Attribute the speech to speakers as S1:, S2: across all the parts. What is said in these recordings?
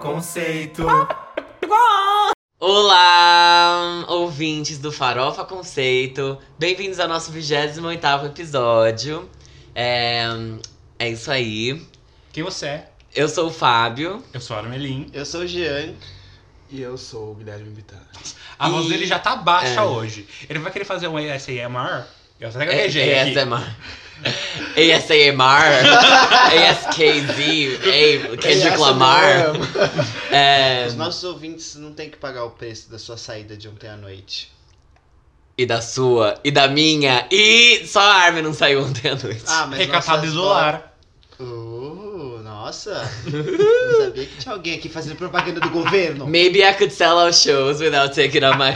S1: Conceito.
S2: Olá, ouvintes do Farofa Conceito. Bem-vindos ao nosso 28º episódio. É, é isso aí.
S1: Quem você é?
S2: Eu sou o Fábio.
S1: Eu sou a Armelin.
S3: Eu sou o Jean.
S4: E eu sou o Guilherme Bittar.
S1: A voz
S2: E-
S1: dele já tá baixa
S2: É.
S1: hoje. Ele vai querer fazer um ASMR? Eu até
S2: É,
S1: gaguejei aqui.
S2: ASMR. ASMR. ASKZ. ei, Kendrick Lamar. É,
S3: Os nossos ouvintes não têm que pagar o preço da sua saída de ontem à noite.
S2: e da sua. E da minha. E só a Armin não saiu ontem à noite.
S3: Ah, mas
S1: Recatado
S3: nossas
S1: isolar.
S3: bo- Uh, nossa. não sabia que tinha alguém aqui fazendo propaganda do governo.
S2: Maybe I could sell out shows without taking out my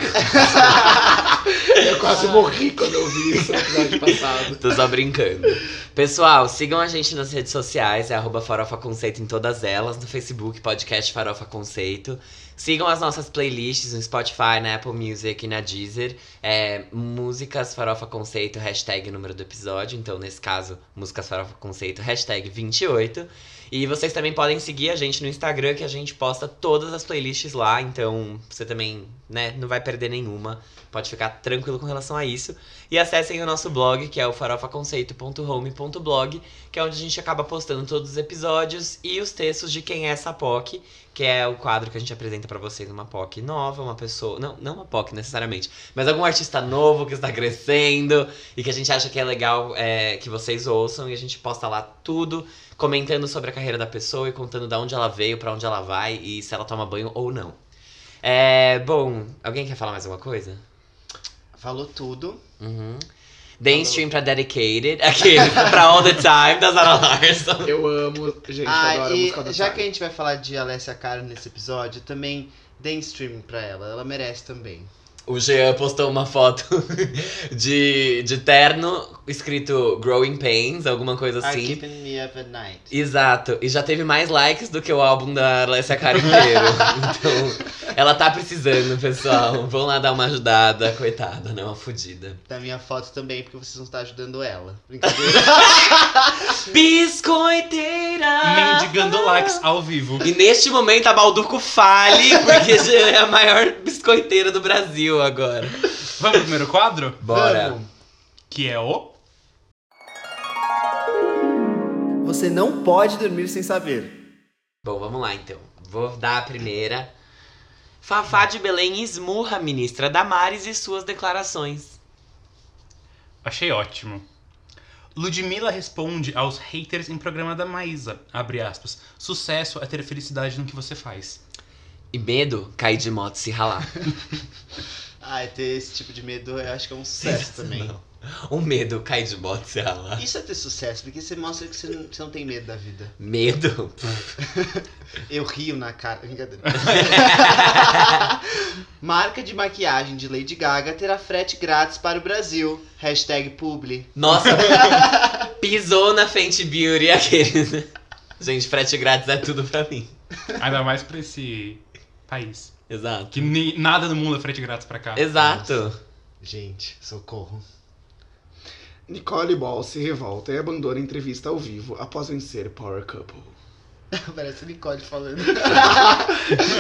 S4: Eu quase morri quando eu vi isso no episódio passado.
S2: Tô só brincando. Pessoal, sigam a gente nas redes sociais, é arroba Farofa Conceito em todas elas, no Facebook, podcast Farofa Conceito. Sigam as nossas playlists no Spotify, na Apple Music e na Deezer. É, músicas Farofa Conceito, hashtag número do episódio. Então, nesse caso, músicas Farofa Conceito, hashtag 28. E vocês também podem seguir a gente no Instagram, que a gente posta todas as playlists lá. Então, você também, né, não vai perder nenhuma. Pode ficar tranquilo com relação a isso. E acessem o nosso blog, que é o farofaconceito.home.blog, que é onde a gente acaba postando todos os episódios e os textos de quem é essa POC, que é o quadro que a gente apresenta pra vocês, uma POC nova, uma pessoa. Não, não uma POC necessariamente, mas algum artista novo que está crescendo e que a gente acha que é legal é, que vocês ouçam e a gente posta lá tudo, comentando sobre a carreira da pessoa e contando de onde ela veio, pra onde ela vai e se ela toma banho ou não. É. Bom, alguém quer falar mais alguma coisa?
S3: Falou tudo.
S2: Uhum. Dance stream pra Dedicated. Aquele, pra All the Time, da Zara Larson.
S4: Eu amo, gente,
S3: ah,
S4: adoro a
S3: e
S4: música da
S3: já
S4: Sara.
S3: que a gente vai falar de Alessia Cara nesse episódio, também dê streaming pra ela. Ela merece também.
S2: O Jean postou uma foto de, de terno escrito Growing Pains, alguma coisa
S3: Are
S2: assim.
S3: keeping me up at night.
S2: Exato. E já teve mais likes do que o álbum da Alessia Cara inteiro. então, ela tá precisando, pessoal. Vão lá dar uma ajudada. Coitada, né? Uma fodida.
S3: Da minha foto também, porque vocês não estão ajudando ela. Brincadeira.
S2: Biscoiteira!
S1: Mendigando likes ao vivo.
S2: E neste momento a Balduco fale, porque já é a maior biscoiteira do Brasil agora.
S1: Vamos pro primeiro quadro?
S2: Bora.
S3: Vamos.
S1: Que é o.
S5: Você não pode dormir sem saber.
S2: Bom, vamos lá então. Vou dar a primeira. Fafá de Belém esmurra a ministra Damares e suas declarações.
S1: Achei ótimo. Ludmilla responde aos haters em programa da Maísa. Abre aspas. Sucesso é ter felicidade no que você faz.
S2: E medo, cair de moto e se ralar.
S3: Ah, ter esse tipo de medo eu acho que é um sucesso também.
S2: Não. O medo, cair de moto e se ralar.
S3: Isso é ter sucesso, porque você mostra que você não, você não tem medo da vida.
S2: Medo?
S3: Eu rio na cara. Brincadeira. Marca de maquiagem de Lady Gaga terá frete grátis para o Brasil. Hashtag publi.
S2: Nossa, pisou na Fenty Beauty aquele. Gente, frete grátis é tudo pra mim.
S1: Ainda mais pra esse país.
S2: Exato.
S1: Que ni- nada no mundo é frete grátis pra cá.
S2: Exato.
S3: Gente, socorro.
S4: Nicole Ball se revolta e abandona a entrevista ao vivo após vencer Power Couple.
S3: Parece Nicole falando.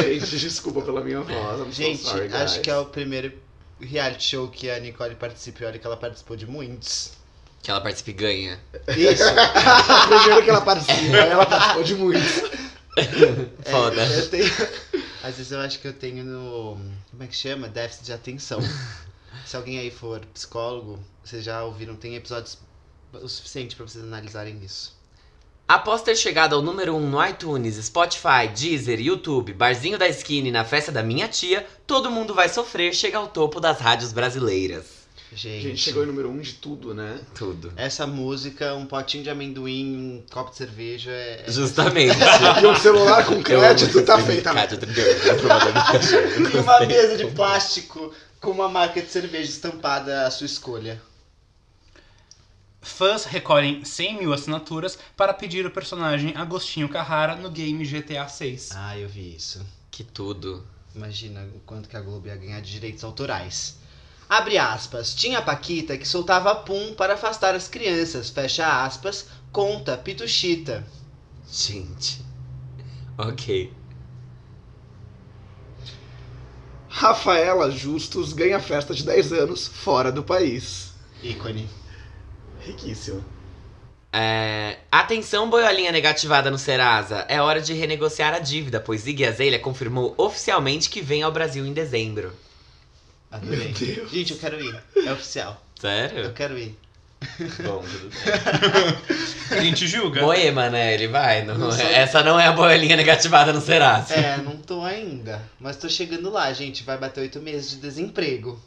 S4: gente, desculpa pela minha voz. I'm so
S3: Gente,
S4: sorry, guys.
S3: acho que é o primeiro reality show que a Nicole participa. E olha que ela participou de muitos.
S2: Que ela participe e ganha.
S3: Isso.
S4: Primeiro que ela participa, ela participou de muito.
S3: É,
S2: Foda.
S3: eu tenho- Às vezes eu acho que eu tenho no. Como é que chama? Déficit de atenção. Se alguém aí for psicólogo, vocês já ouviram, tem episódios o suficiente pra vocês analisarem isso.
S2: Após ter chegado ao número 1 um no iTunes, Spotify, Deezer, YouTube, Barzinho da Esquina e na festa da minha tia, todo mundo vai sofrer, chega ao topo das rádios brasileiras.
S3: Gente,
S4: Gente, chegou em número um de tudo, né?
S2: Tudo.
S3: essa música, um potinho de amendoim, um copo de cerveja é. é-
S2: Justamente.
S4: E um celular com
S2: Eu amo
S4: crédito
S2: esse
S4: tá
S2: filme,
S4: feita. né?
S2: Crédito, entendeu? É propaganda.
S3: e uma mesa de plástico com uma marca de cerveja estampada à sua escolha.
S1: Fãs recolhem 100 mil assinaturas para pedir o personagem Agostinho Carrara no game GTA VI.
S3: Ah, eu vi isso.
S2: que tudo.
S3: Imagina o quanto que a Globo ia ganhar de direitos autorais. Abre aspas. Tinha a Paquita que soltava pum para afastar as crianças. Fecha aspas. Conta Pituchita.
S2: Gente. Ok.
S4: Rafaela Justus ganha festa de 10 anos fora do país.
S3: Ícone.
S4: Riquíssimo.
S2: É, Atenção, boiolinha negativada no Serasa. É hora de renegociar a dívida, pois Iggy Azalea confirmou oficialmente que vem ao Brasil em dezembro.
S3: Adorei.
S4: Meu Deus.
S3: Gente, eu quero ir. É oficial. Eu
S2: Sério?
S3: quero ir.
S2: Bom, tudo bem.
S1: A gente julga.
S2: Boema, né? Ele vai. não-
S3: Não sei.
S2: Essa não é a boiolinha negativada no Serasa.
S3: É, não tô ainda. Mas tô chegando lá, gente. Vai bater oito meses de desemprego.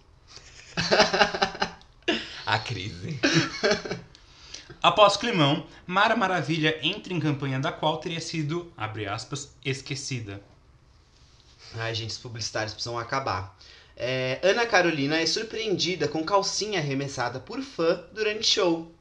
S2: A crise.
S1: Após Climão, Mara Maravilha entra em campanha da qual teria sido, abre aspas, esquecida.
S3: Ai, gente, os publicitários precisam acabar. É, Ana Carolina é surpreendida com calcinha arremessada por fã durante show.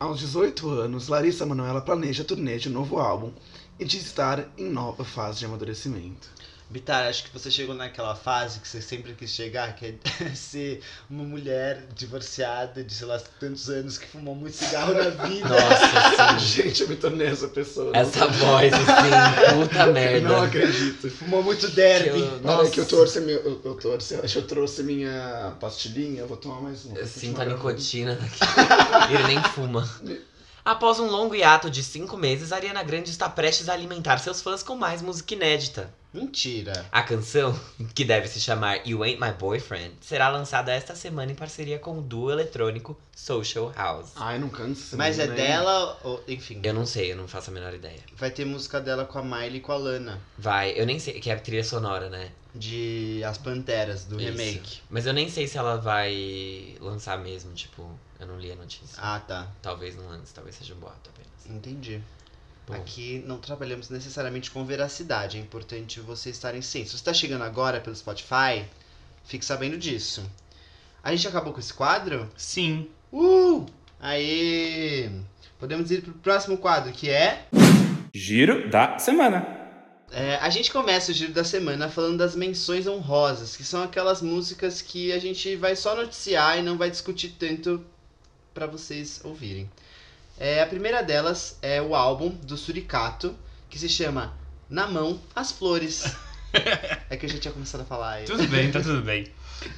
S4: Aos 18 anos, Larissa Manoela planeja turnê de novo álbum e de estar em nova fase de amadurecimento.
S3: Bitar, acho que você chegou naquela fase que você sempre quis chegar, que é ser uma mulher divorciada de sei lá tantos anos que fumou muito cigarro na vida.
S2: Nossa, sim.
S4: Gente, eu me tornei essa pessoa.
S2: Essa voz, assim, puta
S4: Eu Não
S2: merda.
S4: acredito.
S3: Fumou muito derby.
S2: Eu-
S4: Olha é que eu trouxe meu, eu, eu trouxe, eu acho que eu trouxe minha pastilhinha, eu vou tomar mais uma.
S2: Eu
S4: vou
S2: sinto
S4: continuar
S2: a
S4: gravando.
S2: nicotina daqui. Ele nem fuma. Após um longo hiato de cinco meses, Ariana Grande está prestes a alimentar seus fãs com mais música inédita.
S3: Mentira.
S2: A canção, que deve se chamar You Ain't My Boyfriend, será lançada esta semana em parceria com o duo eletrônico Social House.
S4: Ai, não cansa.
S3: Mas é
S4: né?
S3: dela, ou, enfim,
S2: Eu não sei, eu não faço a menor ideia.
S3: vai ter música dela com a Miley e com a Lana,
S2: Vai, eu nem sei, que é a trilha sonora, né?
S3: de As Panteras, do
S2: Isso.
S3: remake.
S2: Mas eu nem sei se ela vai lançar mesmo, tipo, eu não li a notícia.
S3: Ah, tá.
S2: Talvez não lance, talvez seja um boato apenas.
S3: Entendi.
S2: Bom.
S3: Aqui não trabalhamos necessariamente com veracidade, é importante você estar em ciência. Se você tá chegando agora pelo Spotify, fique sabendo disso. A gente acabou com esse quadro?
S1: Sim,
S3: Uh! Aí! Podemos ir pro próximo quadro, que é...
S6: Giro da semana.
S3: é, A gente começa o giro da semana falando das menções honrosas, que são aquelas músicas que a gente vai só noticiar e não vai discutir tanto pra vocês ouvirem. É, a primeira delas é o álbum do Suricato, que se chama Na Mão, As Flores. é que eu já tinha começado a falar aí.
S1: tudo bem, tá tudo bem.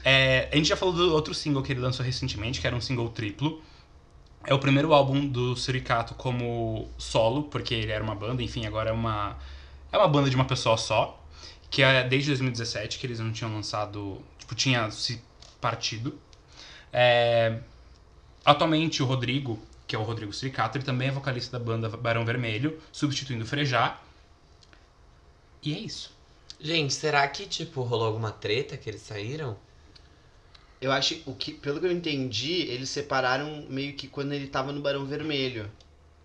S1: É, a gente já falou do outro single que ele lançou recentemente, que era um single triplo. É o primeiro álbum do Suricato como solo, porque ele era uma banda, enfim, agora é uma, é uma banda de uma pessoa só. Que é desde 2017 que eles não tinham lançado. Tipo, tinha se partido. É, atualmente o Rodrigo, que é o Rodrigo Suricato, ele também é vocalista da banda Barão Vermelho, substituindo o Frejá. E é isso.
S2: Gente, será que, tipo, rolou alguma treta que eles saíram?
S3: Eu acho o que, pelo que eu entendi, eles separaram meio que quando ele tava no Barão Vermelho.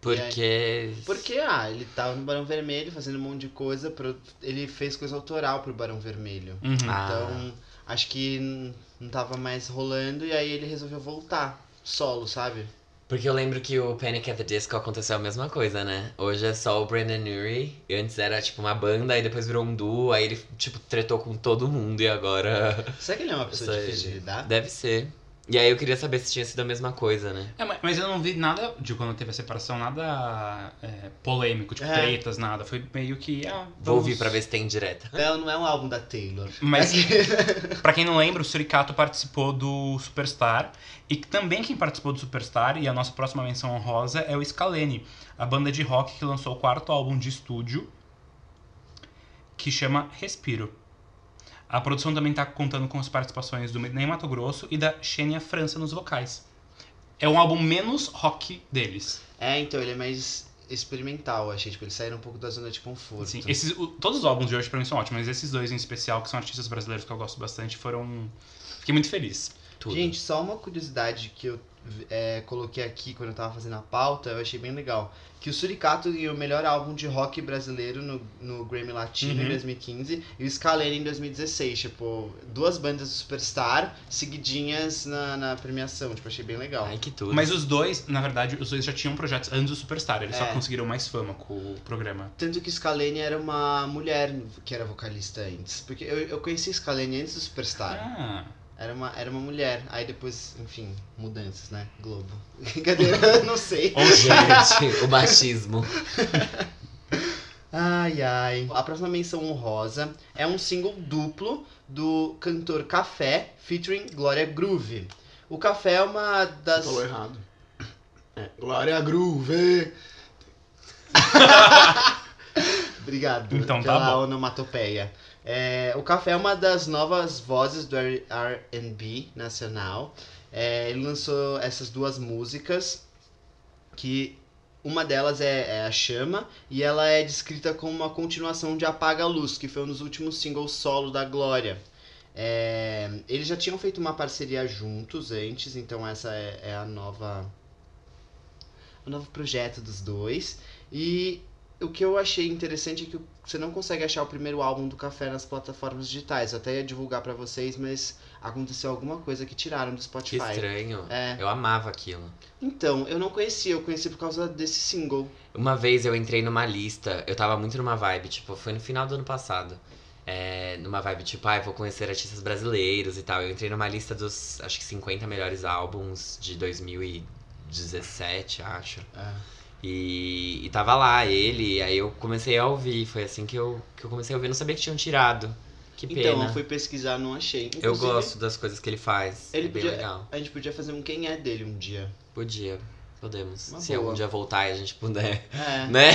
S2: Porque.
S3: Porque, ah, ele tava no Barão Vermelho fazendo um monte de coisa, pro- ele fez coisa autoral pro Barão Vermelho.
S1: Uhum.
S2: Ah.
S3: Então, acho que n- não tava mais rolando e aí ele resolveu voltar solo, sabe?
S2: Porque eu lembro que o Panic at the Disco aconteceu a mesma coisa, né? Hoje é só o Brandon Urie. e Antes era tipo uma banda, aí depois virou um duo, aí ele tipo tretou com todo mundo e agora.
S3: Será que ele é uma pessoa
S2: Só
S3: difícil
S2: ele.
S3: de lidar?
S2: Deve ser. E aí eu queria saber se tinha sido a mesma coisa, né?
S1: É, mas, mas eu não vi nada de quando teve a separação, nada é, polêmico, tipo
S3: É.
S1: tretas, nada. Foi meio que. Ah,
S2: Vou
S1: vamos-
S2: ouvir pra ver se tem direta.
S3: Bell não é um álbum da Taylor.
S1: Mas-
S3: É que-
S1: Pra quem não lembra, o Suricato participou do Superstar. E que também quem participou do Superstar, e a nossa próxima menção honrosa, é o Scalene, a banda de rock que lançou o quarto álbum de estúdio, que chama Respiro. A produção também tá contando com as participações do Ney Mato Grosso e da Xenia França nos vocais. É um álbum menos rock deles.
S3: é, então, ele é mais experimental, achei. Tipo, eles saíram um pouco da zona de conforto.
S1: Sim, esses, o- todos os álbuns de hoje pra mim são ótimos, mas esses dois em especial, que são artistas brasileiros que eu gosto bastante, foram. Fiquei muito feliz.
S2: Tudo.
S3: Gente, só uma curiosidade que eu é, coloquei aqui quando eu tava fazendo a pauta, eu achei bem legal. Que o Suricato ganhou o melhor álbum de rock brasileiro no, no Grammy Latino
S1: Uhum.
S3: em 2015 e o Scalene em 2016. Tipo, duas bandas do Superstar seguidinhas na, na premiação. Tipo, achei bem legal.
S2: Ai, que tudo.
S1: Mas os dois, na verdade, os dois já tinham projetos antes do Superstar, eles só
S3: É.
S1: conseguiram mais fama com o programa.
S3: Tanto que Scalene era uma mulher que era vocalista antes. Porque eu, eu conheci Scalene antes do Superstar.
S1: Ah,
S3: Era uma, era uma mulher. Aí depois, enfim, mudanças, né? Globo. Brincadeira, não sei.
S2: Gente, o machismo.
S3: Ai, ai. A próxima menção honrosa é um single duplo do cantor Café featuring Glória Groove. O Café é uma das.
S4: Falou errado. É, Glória Groove!
S3: Obrigado
S1: Então tá
S3: pela
S1: bom.
S3: onomatopeia. É, o Café é uma das novas vozes do R&B nacional. É, ele lançou essas duas músicas, que uma delas é, é A Chama, e ela é descrita como uma continuação de Apaga a Luz, que foi um dos últimos singles solo da Glória. É, eles já tinham feito uma parceria juntos antes, então essa é, é a nova... O novo projeto dos dois. E o que eu achei interessante é que você não consegue achar o primeiro álbum do Café nas plataformas digitais. Eu até ia divulgar pra vocês, mas aconteceu alguma coisa que tiraram do
S2: Que
S3: Spotify.
S2: estranho.
S3: É.
S2: Eu amava aquilo.
S3: Então, eu não conhecia, eu conheci por causa desse single.
S2: Uma vez eu entrei numa lista, eu tava muito numa vibe, tipo, foi no final do ano passado. É, numa vibe tipo, ai, vou conhecer artistas brasileiros e tal. Eu entrei numa lista dos, acho que 50 melhores álbuns de 2017, acho. E, e tava lá ele, e aí eu comecei a ouvir. Foi assim que eu, que eu comecei a ouvir. Não sabia que tinham tirado. Que pena.
S3: Então, eu fui pesquisar, não achei.
S2: Eu
S3: Inclusive,
S2: gosto das coisas que ele faz.
S3: Ele
S2: é bem
S3: podia-
S2: legal.
S3: A gente podia fazer um quem é dele um dia.
S2: Podia. Podemos.
S3: Uma
S2: Se
S3: boa.
S2: algum dia voltar e a gente puder.
S3: É.
S2: Né?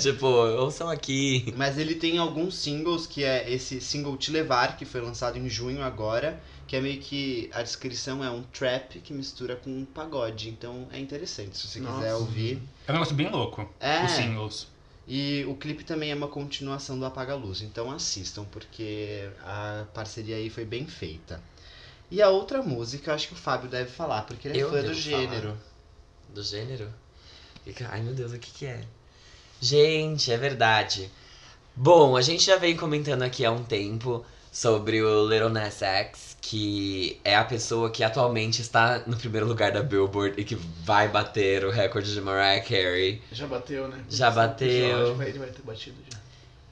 S2: tipo, ouçam aqui.
S3: Mas ele tem alguns singles, que é esse single Te Levar, que foi lançado em junho agora, que é meio que a descrição é um trap que mistura com um pagode. Então é interessante, se você quiser
S4: Nossa.
S3: ouvir.
S1: É um negócio bem louco,
S3: É.
S1: os singles.
S3: E o clipe também é uma continuação do Apaga a Luz, então assistam, porque a parceria aí foi bem feita. E a outra música, acho que o Fábio deve falar, porque ele é
S2: Eu
S3: fã do
S2: devo
S3: gênero.
S2: Do gênero? Fica- Ai meu Deus, o que que é? Gente, é verdade. Bom, a gente já vem comentando aqui há um tempo sobre o Little Nas X, que é a pessoa que atualmente está no primeiro lugar da Billboard e que vai bater o recorde de Mariah Carey.
S4: Já bateu, né?
S2: Já
S4: Esse
S2: bateu.
S4: episódio vai- Ele vai ter batido já.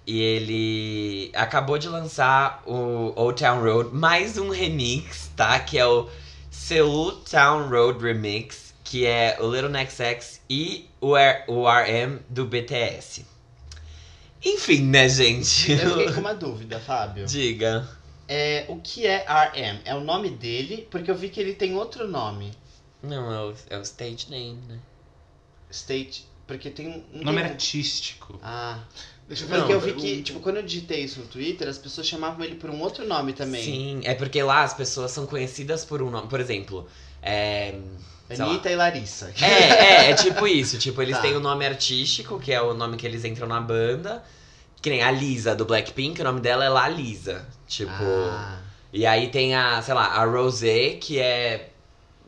S2: E ele acabou de lançar o Old Town Road, mais um remix, tá? Que é o Seoul Town Road Remix, que é o Little Nas X e o, R- o RM do BTS. Enfim, né, gente?
S3: Eu fiquei com uma dúvida, Fábio.
S2: Diga.
S3: É, o que é RM? É o nome dele? Porque eu vi que ele tem outro nome.
S2: Não, é o, é o stage name, né?
S3: State. Porque tem um. não
S1: Nome
S3: tem um-
S1: artístico.
S3: Ah.
S4: Deixa eu ver.
S3: Porque
S2: Não,
S3: eu vi que, tipo, quando eu digitei isso no Twitter, as pessoas chamavam ele por um outro nome também.
S2: Sim, é porque lá as pessoas são conhecidas por um nome. Por exemplo, é. sei lá.
S3: Anitta e Larissa.
S2: É, é, é tipo isso. Tipo, eles
S3: Tá.
S2: têm o nome artístico, que é o nome que eles entram na banda. Que nem a Lisa do Blackpink, o nome dela é La Lisa. Tipo.
S3: Ah.
S2: E aí tem a, sei lá, a Rosé, que é.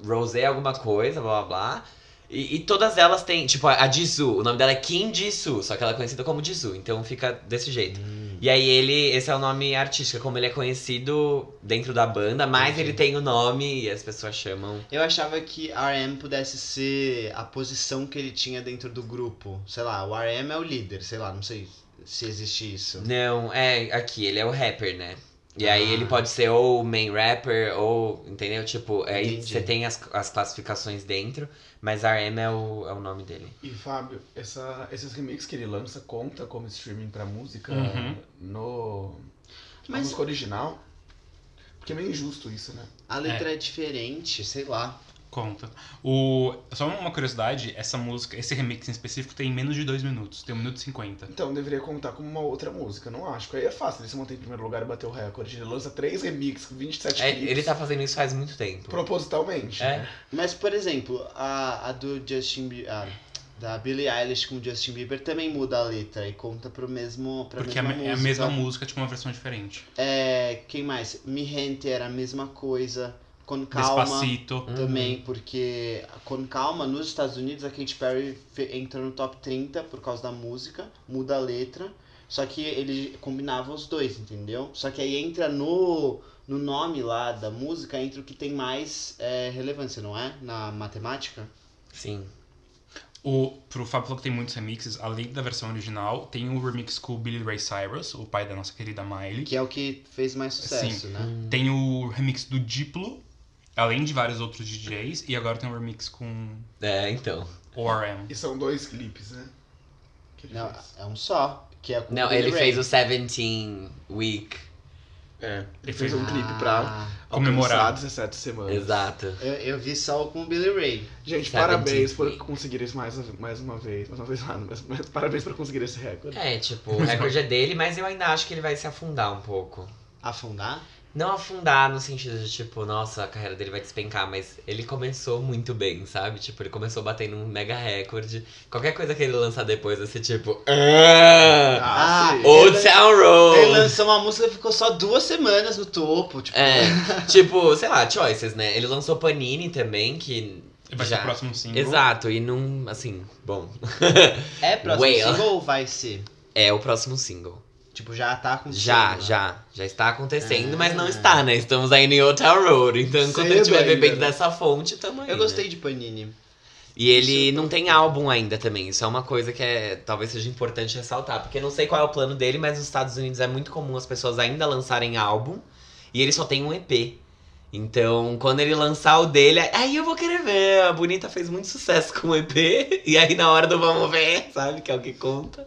S2: Rosé alguma coisa, blá blá blá. E, e todas elas têm, tipo, a, a Jisoo, o nome dela é Kim Jisoo, só que ela é conhecida como Jisoo, então fica desse jeito.
S3: Hum.
S2: E aí ele, esse é o nome artístico, como ele é conhecido dentro da banda, mas
S3: Entendi.
S2: ele tem o nome e as pessoas chamam.
S3: Eu achava que RM pudesse ser a posição que ele tinha dentro do grupo. Sei lá, o RM é o líder, sei lá, não sei se existe isso.
S2: Não, é aqui, ele é o rapper, né? E
S3: Ah.
S2: aí ele pode ser ou o main rapper, ou, entendeu? Tipo, aí
S3: Entendi.
S2: você tem as, as classificações dentro, mas RM é o, é o nome dele.
S4: E Fábio, essa- esses remixes que ele lança conta como streaming pra música
S1: Uhum.
S4: no na
S3: Mas-
S4: música original? Porque é meio injusto isso, né?
S3: A letra é, diferente, sei lá.
S1: Conta. O... Só uma curiosidade, essa música, esse remix em específico tem menos de dois minutos, tem 1 minuto e 50.
S4: Então deveria contar como uma outra música, não acho. Porque aí é fácil ele se manter em primeiro lugar e bater o recorde. Ele lança três remixes com 27
S2: É,
S4: clipes,
S2: ele tá fazendo isso faz muito tempo.
S4: propositalmente.
S2: É.
S3: Mas, por exemplo, a, a do Justin Bieber. A, da Billie Eilish com Justin Bieber também muda a letra e conta pro mesmo. Pra
S1: Porque é a,
S3: mesma
S1: me- é a
S3: música.
S1: mesma música, tipo uma versão diferente.
S3: É, quem mais? Mi Gente era a mesma coisa. Com calma.
S1: Despacito.
S4: Hum.
S2: Hum,
S3: também, porque com calma, nos Estados Unidos a Katy Perry fe- entra no top 30 por causa da música, muda a letra, só que ele combinava os dois, entendeu? Só que aí entra no, no nome lá da música, entra o que tem mais é, relevância, não é? Na matemática.
S2: Sim.
S1: O, pro Fábio falou que tem muitos remixes, além da versão original, tem um remix com o Billy Ray Cyrus, o pai da nossa querida Miley.
S3: Que é o que fez mais sucesso,
S1: Sim.
S4: Hum.
S3: né?
S2: Hum,
S1: Tem o remix do Diplo, além de vários outros DJs, e agora tem um remix com
S2: É, então.
S1: ORM.
S4: E são dois clipes, né? Que ele
S3: Não,
S4: fez.
S3: é um só. que é com
S2: Não,
S3: Billy
S2: ele
S3: Ray.
S2: fez o 17 Week.
S4: É,
S1: Ele
S4: ele
S1: fez
S4: fez um clipe pra
S2: Ah,
S1: comemorar.
S4: comemorar 17 semanas.
S2: Exato.
S3: Eu, eu vi só o com o Billy Ray.
S4: Gente,
S2: Sabe,
S4: parabéns
S2: de-
S4: por conseguir isso mais, mais uma vez. Mais uma vez nada, mas, mas parabéns por conseguir esse recorde.
S2: É, tipo, o recorde é dele, mas eu ainda acho que ele vai se afundar um pouco.
S3: Afundar?
S2: Não afundar no sentido de, tipo, nossa, a carreira dele vai despencar, mas ele começou muito bem, sabe? Tipo, ele começou batendo um mega recorde. Qualquer coisa que ele lançar depois vai ser tipo. "Ah,
S4: Ah,
S3: Ah,
S4: sim.
S2: Old Town
S3: Ele
S2: Road!
S3: lançou uma música e ficou só duas semanas no topo. Tipo,
S2: É, tipo, sei lá, Choices, né? Ele lançou Panini também, que.
S1: Vai ser
S2: já.
S1: o próximo
S3: Uhum.
S1: single.
S2: Exato, e não. Assim, bom.
S3: é próximo
S2: Whale.
S3: single ou vai ser?
S2: é o próximo single.
S3: Tipo, já tá com
S2: Já,
S3: single.
S2: já. Já está acontecendo, mas não
S3: Ah.
S2: está, né? Estamos ainda em Old Town Road. Então, enquanto ele
S4: Cedo
S2: estiver
S4: ainda,
S2: bebendo
S4: né?
S2: dessa fonte, tamo aí.
S3: Eu
S2: né?
S3: gostei de Panini.
S2: E ele não tem álbum ainda também. Isso é uma coisa que é, talvez seja importante ressaltar. Porque eu não sei qual é o plano dele, mas nos Estados Unidos é muito comum as pessoas ainda lançarem álbum. E ele só tem um EP. Então, quando ele lançar o dele, é, aí eu vou querer ver. A Bonita fez muito sucesso com o EP. E aí na hora do vamos ver, sabe? Que é o que conta.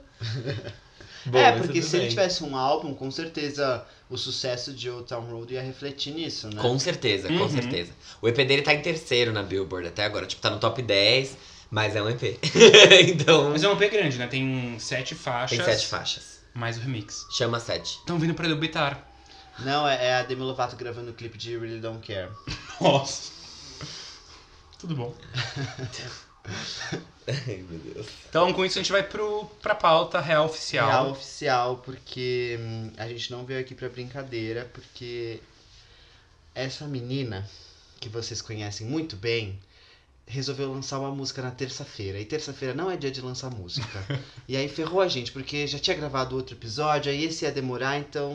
S2: Bom,
S3: é,
S2: mas
S3: porque
S2: tudo
S3: se ele
S2: bem.
S3: tivesse um álbum, com certeza o sucesso de Old Town Road ia refletir nisso, né?
S2: Com certeza, com
S1: Uhum.
S2: certeza. O EP dele tá em terceiro na Billboard até agora. Tipo, tá no top 10, mas é um EP. então,
S1: Mas é um EP grande, né? Tem sete faixas.
S2: tem sete faixas.
S1: Mais o remix.
S2: Chama sete.
S1: Estão vindo pra debutar.
S3: Não, é, é a Demi Lovato gravando o clipe de Really Don't Care.
S1: Nossa. Tudo bom.
S2: Ai, meu Deus.
S1: Então, com isso, a gente vai pro, pra pauta real oficial.
S3: Real oficial, porque hum, a gente não veio aqui pra brincadeira, porque essa menina, que vocês conhecem muito bem, resolveu lançar uma música na terça-feira. E terça-feira não é dia de lançar música. e aí ferrou a gente, porque já tinha gravado outro episódio, aí esse ia demorar, então.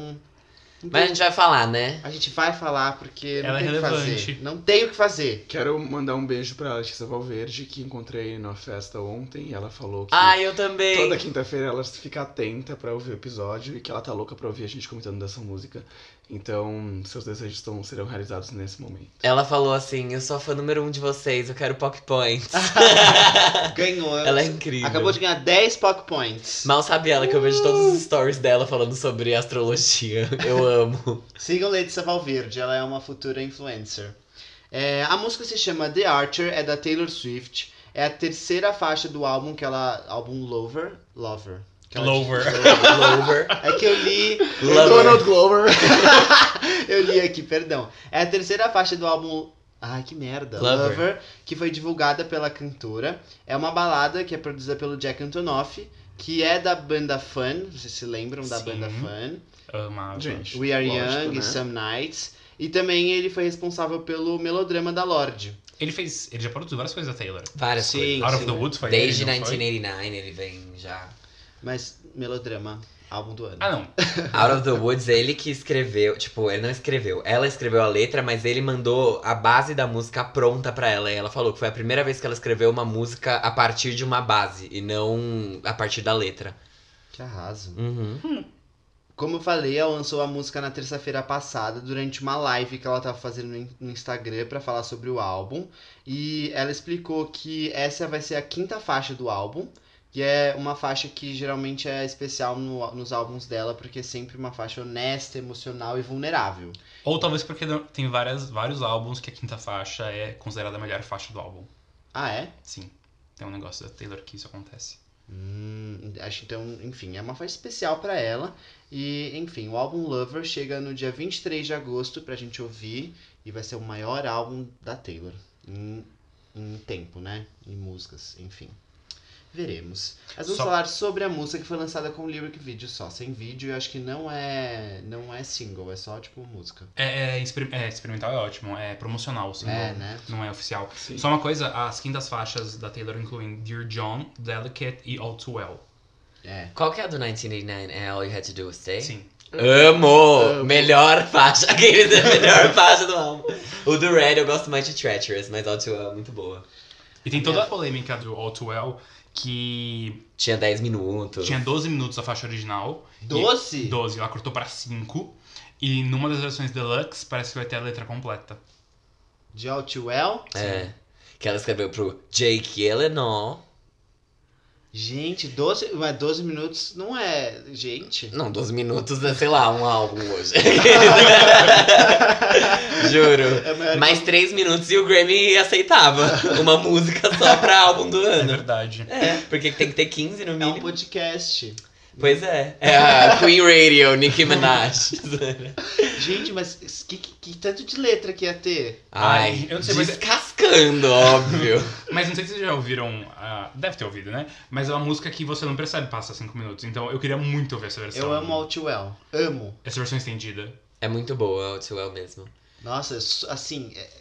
S3: não
S2: Mas a
S3: tem-
S2: gente vai falar, né?
S3: A gente vai falar porque não
S1: Ela é
S3: tem o que fazer.
S1: relevante.
S3: Não tem o que fazer.
S4: Quero mandar um beijo pra Letícia Valverde, que encontrei na festa ontem e ela falou que
S2: Ah, eu também.
S4: toda quinta-feira ela fica atenta pra ouvir o episódio e que ela tá louca pra ouvir a gente comentando dessa música. Então, seus desejos estão, serão realizados nesse momento.
S2: Ela falou assim: eu sou a fã número um de vocês, eu quero POC Points.
S3: Ganhou.
S2: ela é incrível.
S3: Acabou de ganhar 10 POC Points.
S2: Mal sabe ela que eu vejo todos os stories dela falando sobre astrologia. Eu amo.
S3: Sigam Letícia Valverde, ela é uma futura influencer. É, a música se chama The Archer, é da Taylor Swift. É a terceira faixa do álbum que ela. álbum Lover? Lover. Que ela-
S1: Lover.
S2: Lover.
S3: É que eu li. Então
S2: Lover.
S4: Glover!
S3: eu li aqui, perdão. É a terceira faixa do álbum. Ai, que merda.
S2: Lover.
S3: Lover. que foi divulgada pela cantora. É uma balada que é produzida pelo Jack Antonoff, que é da banda Fun. Vocês se lembram da
S1: Sim.
S3: banda Fun?
S1: Amava.
S4: Gente,
S3: We Are
S4: lógico,
S3: Young,
S4: né?
S3: Some Nights. E também ele foi responsável pelo melodrama da Lorde.
S1: Ele fez. Ele já produziu várias coisas da Taylor.
S2: Várias
S3: Sim,
S2: coisas.
S1: Out of the Woods foi
S2: Desde
S1: ele, não foi?
S2: 1989 ele vem já.
S3: Mas melodrama, álbum do ano.
S1: Ah, não.
S2: Out of the Woods, ele que escreveu, tipo, ele não escreveu, ela escreveu a letra, mas ele mandou a base da música pronta pra ela. E ela falou que foi a primeira vez que ela escreveu uma música a partir de uma base e não a partir da letra.
S3: Que arraso.
S2: Uhum.
S3: Como eu falei, ela lançou a música na terça-feira passada, durante uma live que ela tava fazendo no in- no Instagram pra falar sobre o álbum. E ela explicou que essa vai ser a quinta faixa do álbum, que é uma faixa que geralmente é especial no- nos álbuns dela, porque é sempre uma faixa honesta, emocional e vulnerável.
S1: Ou talvez porque não- tem várias, vários álbuns que a quinta faixa é considerada a melhor faixa do álbum.
S3: Ah, é?
S1: Sim. Tem um negócio da Taylor que isso acontece.
S3: Hum, acho então, enfim, é uma faixa especial pra ela. E, enfim, o álbum Lover chega no dia 23 de agosto pra gente ouvir e vai ser o maior álbum da Taylor em, em tempo, né? Em músicas, enfim. Veremos. Mas vamos
S1: Só-
S3: falar sobre a música que foi lançada com lyric vídeo só, sem vídeo, eu acho que não é não é single, é só tipo música.
S1: É, é, exper- é, experimental é ótimo, é promocional, sim.
S3: É,
S1: não-
S3: né?
S1: Não é oficial.
S4: Sim.
S1: Só uma coisa, as quintas faixas da Taylor incluem Dear John, Delicate e All Too Well.
S3: É.
S2: Qual que é a do 1989? É All You Had to Do Was Stay?
S1: Sim.
S2: Amo!
S4: Amo.
S2: Melhor faixa, aquele da melhor faixa do álbum. O do Red eu gosto mais de Treacherous, mas All Too Well é muito boa.
S1: E tem
S3: É.
S1: toda a polêmica do All Too Well, que
S2: Tinha 10 minutos.
S1: tinha 12 minutos a faixa original.
S3: Doce?
S1: 12, ela cortou pra 5. E numa das versões deluxe, parece que vai ter a letra completa.
S3: De
S1: É.
S3: All Too Well?
S2: É. Que ela escreveu pro Jake Eleanor.
S3: Gente, 12, mas 12 minutos não é. Gente.
S2: Não, 12 minutos é, sei lá, um álbum hoje. Juro.
S3: É maior
S2: Mais 3 minutos e o Grammy aceitava uma música só pra álbum do
S1: É
S2: ano.
S1: verdade.
S2: É, porque tem que ter 15 no
S3: que é um
S2: mínimo.
S3: podcast.
S2: Pois é. É a Queen Radio, Nicki Minaj.
S3: Gente, mas que, que- que tanto de letra que ia ter?
S2: Ai,
S1: eu não sei, mas-
S2: descascando, óbvio.
S1: Mas não sei se vocês já ouviram. ah, deve ter ouvido, né? Mas é uma música que você não percebe passa 5 minutos. Então eu queria muito ouvir essa versão.
S3: Eu amo Outwell. Amo.
S1: Essa versão estendida.
S2: É muito boa, o Too Well mesmo.
S3: Nossa, s- assim. é-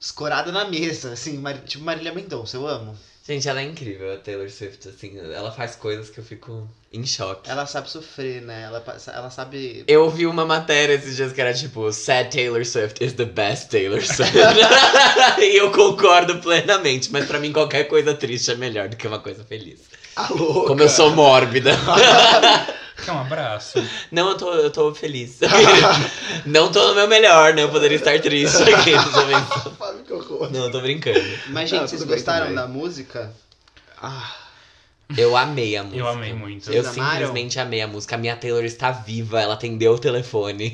S3: Escorada na mesa, assim, Mar- tipo Marília Mendonça, eu amo.
S2: Gente, ela é incrível, a Taylor Swift, assim, ela faz coisas que eu fico em choque.
S3: Ela sabe sofrer, né? Ela, pa- ela sabe.
S2: Eu ouvi uma matéria esses dias que era tipo, Sad Taylor Swift is the best Taylor Swift. e eu concordo plenamente, mas pra mim qualquer coisa triste é melhor do que uma coisa feliz.
S4: Alô!
S2: Como eu sou mórbida.
S1: Quer um abraço?
S2: Não, eu tô, eu tô feliz. não tô no meu melhor, né? Eu poderia estar triste aqui. também.
S4: Fábio, que horror.
S2: Não, eu tô brincando.
S3: Mas, gente,
S4: Não,
S3: vocês
S4: tudo bem
S3: gostaram
S4: também.
S3: da música?
S4: Ah,
S2: Eu amei a música.
S1: Eu amei muito.
S2: Eu
S3: Vocês amaram?
S2: simplesmente amei a música. A minha Taylor está viva, ela atendeu o telefone.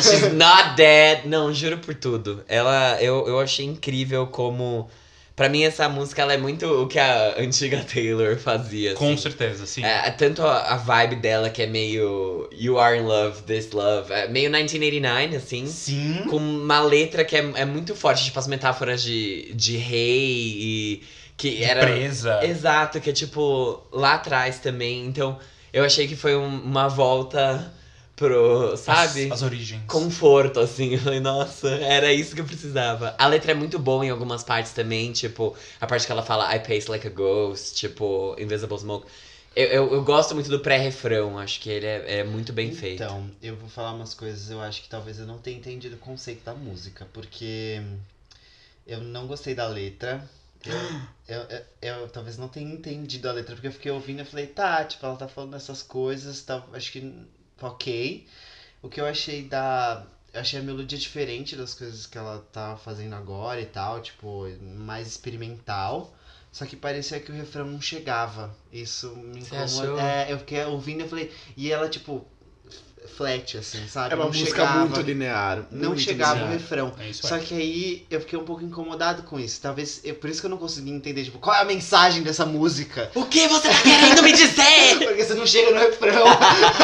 S2: She's not dead. Não, juro por tudo. Ela, eu, eu achei incrível como. Pra mim, essa música ela é muito o que a antiga Taylor fazia.
S1: Com
S2: assim.
S1: certeza, sim.
S2: É, é tanto a, a vibe dela que é meio You Are in Love, This Love, é meio 1989, assim.
S1: Sim.
S2: Com uma letra que é, é muito forte, tipo as metáforas de, de rei e. Que era.
S1: Presa.
S2: Exato, que é tipo lá atrás também. Então, eu achei que foi um- uma volta pro, sabe?
S1: As, as origens.
S2: Conforto, assim. Eu falei, nossa, era isso que eu precisava. A letra é muito boa em algumas partes também, tipo, a parte que ela fala I pace like a ghost, tipo, Invisible Smoke. Eu, eu, eu gosto muito do pré-refrão, acho que ele é, é muito bem feito.
S3: Então, eu vou falar umas coisas, eu acho que talvez eu não tenha entendido o conceito da música, porque eu não gostei da letra. Eu, eu, eu- eu talvez não tenha entendido a letra, porque eu fiquei ouvindo e falei, tá, tipo, ela tá falando essas coisas, tá, acho que ok. O que eu achei da. Eu achei a melodia diferente das coisas que ela tá fazendo agora e tal, tipo, mais experimental. Só que parecia que o refrão não chegava. Isso me
S2: Você
S3: incomodou.
S2: achou?
S3: É, eu fiquei ouvindo e falei. E ela, tipo, flat, assim, sabe?
S4: é uma
S3: não
S4: música
S3: chegava,
S4: muito linear.
S3: Não
S4: muito
S3: chegava o
S4: linear.
S3: refrão.
S1: É isso
S3: Só
S1: aí.
S3: que aí eu fiquei um pouco incomodado com isso. Talvez. eu- por isso que eu não consegui entender, tipo, qual é a mensagem dessa música?
S2: O que você tá querendo me dizer?
S3: Porque você não chega no refrão.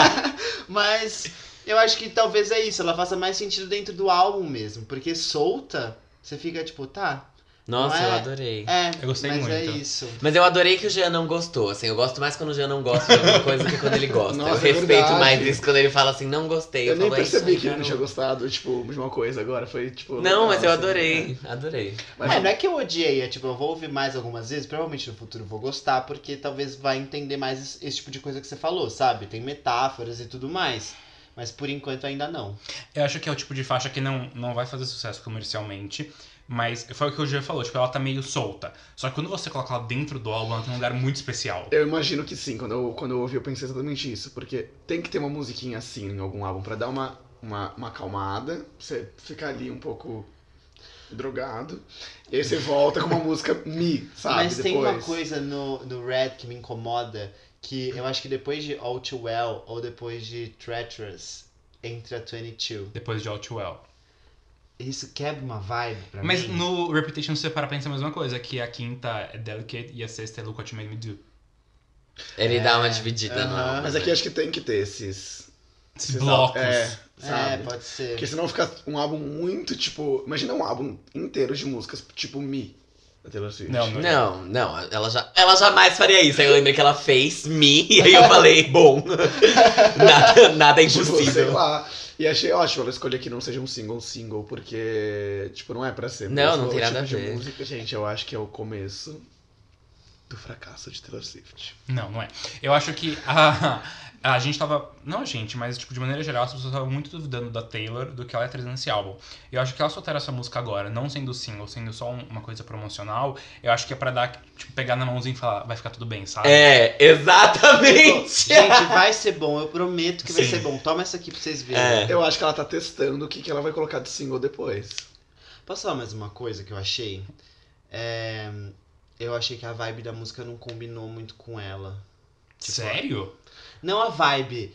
S3: Mas eu acho que talvez é isso. Ela faça mais sentido dentro do álbum mesmo. Porque solta, você fica tipo, tá.
S2: Nossa,
S3: Não é-
S2: eu adorei.
S3: É,
S1: Eu gostei
S3: mas é
S1: muito.
S3: isso.
S2: Mas eu adorei que o Jean não gostou, assim, eu gosto mais quando o Jean não gosta de alguma coisa que quando ele gosta.
S4: Nossa,
S2: eu
S4: é
S2: respeito
S4: verdade.
S2: mais isso quando ele fala assim, não gostei.
S4: Eu,
S2: Eu,
S4: nem
S2: falo, "É isso
S4: percebi
S2: aí,
S4: que ele não
S2: garoto."
S4: tinha gostado, tipo, de uma coisa agora. Foi, tipo.
S2: Não,
S4: legal,
S2: mas eu
S4: assim, né?
S2: adorei, adorei.
S4: Mas
S3: é, não é que eu odiei, é tipo, eu vou ouvir mais algumas vezes, provavelmente no futuro eu vou gostar, porque talvez vai entender mais esse, esse tipo de coisa que você falou, sabe? Tem metáforas e tudo mais. Mas por enquanto ainda não.
S1: Eu acho que é o tipo de faixa que não, não vai fazer sucesso comercialmente. Mas foi o que o Gê falou, tipo, ela tá meio solta. Só que quando você coloca ela dentro do álbum, ela tem um lugar muito especial.
S4: Eu imagino que sim, quando eu, quando eu ouvi eu pensei exatamente isso, porque tem que ter uma musiquinha assim em algum álbum pra dar uma, uma, uma acalmada, pra você ficar ali um pouco drogado, e aí você volta com uma música me, sabe?
S3: Mas tem
S4: depois.
S3: uma coisa no, no Red que me incomoda, que eu acho que depois de All Too Well ou depois de Treacherous, entra 22.
S1: Depois de All Too Well.
S3: Isso quebra uma vibe pra
S1: Mas
S3: mim.
S1: no Reputation você para pensa a mesma coisa, que a quinta é Delicate e a sexta é Look What You Made Me Do.
S2: Ele dá uma dividida no
S3: aham.
S2: álbum,
S4: É, Mas
S2: né?
S4: aqui acho que tem que ter esses.
S1: Esses blocos.
S4: É,
S3: É,
S4: sabe?
S3: pode ser.
S4: Porque senão fica um álbum muito tipo. Imagina um álbum inteiro de músicas tipo me, da Taylor Swift.
S1: Não, é não.
S2: Não, não, ela, já, ela jamais faria isso. Aí eu lembrei que ela fez me, e aí eu falei, bom, nada, nada é
S4: Tipo, sei
S2: impossível.
S4: lá. E achei ótimo ela escolher que não seja um single, um single, porque, tipo, não é pra ser.
S2: Não,
S4: mesmo
S2: não tem
S4: o
S2: nada
S4: tipo
S2: a
S4: de
S2: ver.
S4: música, gente, eu acho que é o começo do fracasso de Taylor Swift.
S1: Não, não é. Eu acho que a, a gente tava. Não a gente, mas tipo, de maneira geral, as pessoas estavam muito duvidando da Taylor do que ela ia trazer nesse álbum. Eu acho que ela soltar essa música agora, não sendo single, sendo só um- uma coisa promocional, eu acho que é pra dar, tipo, pegar na mãozinha e falar, vai ficar tudo bem, sabe?
S2: É, exatamente.
S3: Gente, vai ser bom, eu prometo que vai
S1: Sim.
S3: ser bom. Toma essa aqui pra vocês verem.
S2: É.
S4: Eu acho que ela tá testando o que, que ela vai colocar de single depois.
S3: Posso falar mais uma coisa que eu achei? É, eu achei que a vibe da música não combinou muito com ela.
S1: Tipo, Sério?
S3: Não a vibe.